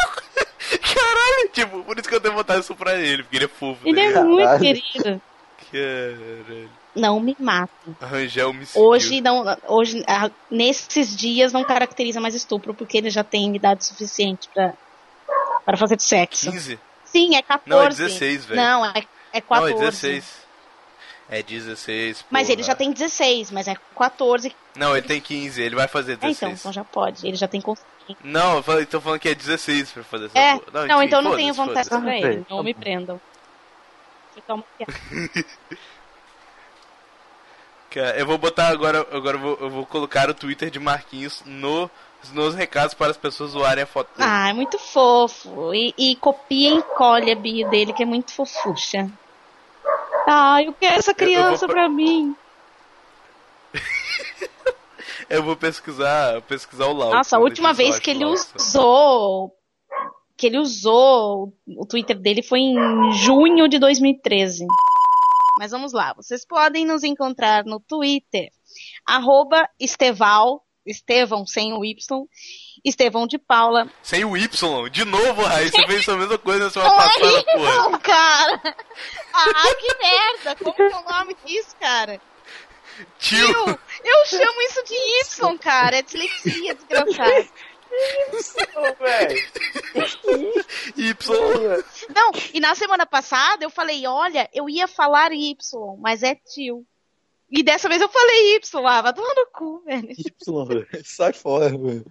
Caralho, tipo, por isso que eu tenho vontade de soprar ele, porque ele é fofo. Ele é ligado? muito querido. Caralho. um Não me mata. Rangel me seguiu. Hoje não, hoje ah, nesses dias não caracteriza mais estupro porque ele já tem idade suficiente para para fazer sexo. 15? Sim, é 14. Não, é 16, velho. Não, é, é Não, 14. é 16. É 16. Mas porra. ele já tem 16, mas é 14. Não, ele tem 15, ele vai fazer É, então, 16. então já pode. Ele já tem consciência. Não, eu fal- eu tô falando que é 16 pra fazer essa É, porra. não, enfim, então eu não foda-se, tenho vontade foda-se. pra ele. então. Não me prendam. Você toma piada. Cara, é, eu vou botar agora, agora eu vou, eu vou colocar o Twitter de Marquinhos no, nos recados para as pessoas zoarem a foto. Ah, é muito fofo. E, e copia e colhe a bio dele, que é muito fofucha. Ah, eu quero essa Eu- eu vou criança pro- pra mim. Eu vou pesquisar, pesquisar o Lau. Nossa, a última vez que ele usou. Que ele usou o Twitter dele foi em junho de 2013. Mas vamos lá, vocês podem nos encontrar no Twitter, arroba Esteval, Estevão sem o Y, Estevão de Paula. Sem o Y, de novo, Raí, você fez a mesma coisa na semana passada, porra. Não, cara! Ah, que merda! Como que é o nome disso, cara? Tio. Eu chamo isso de Y, cara! É dislexia, desgraçado. Y. Não, e na semana passada eu falei, olha, eu ia falar Y, mas é tio. E dessa vez eu falei Y, ah, vai tomar no cu, velho. Sai fora, velho.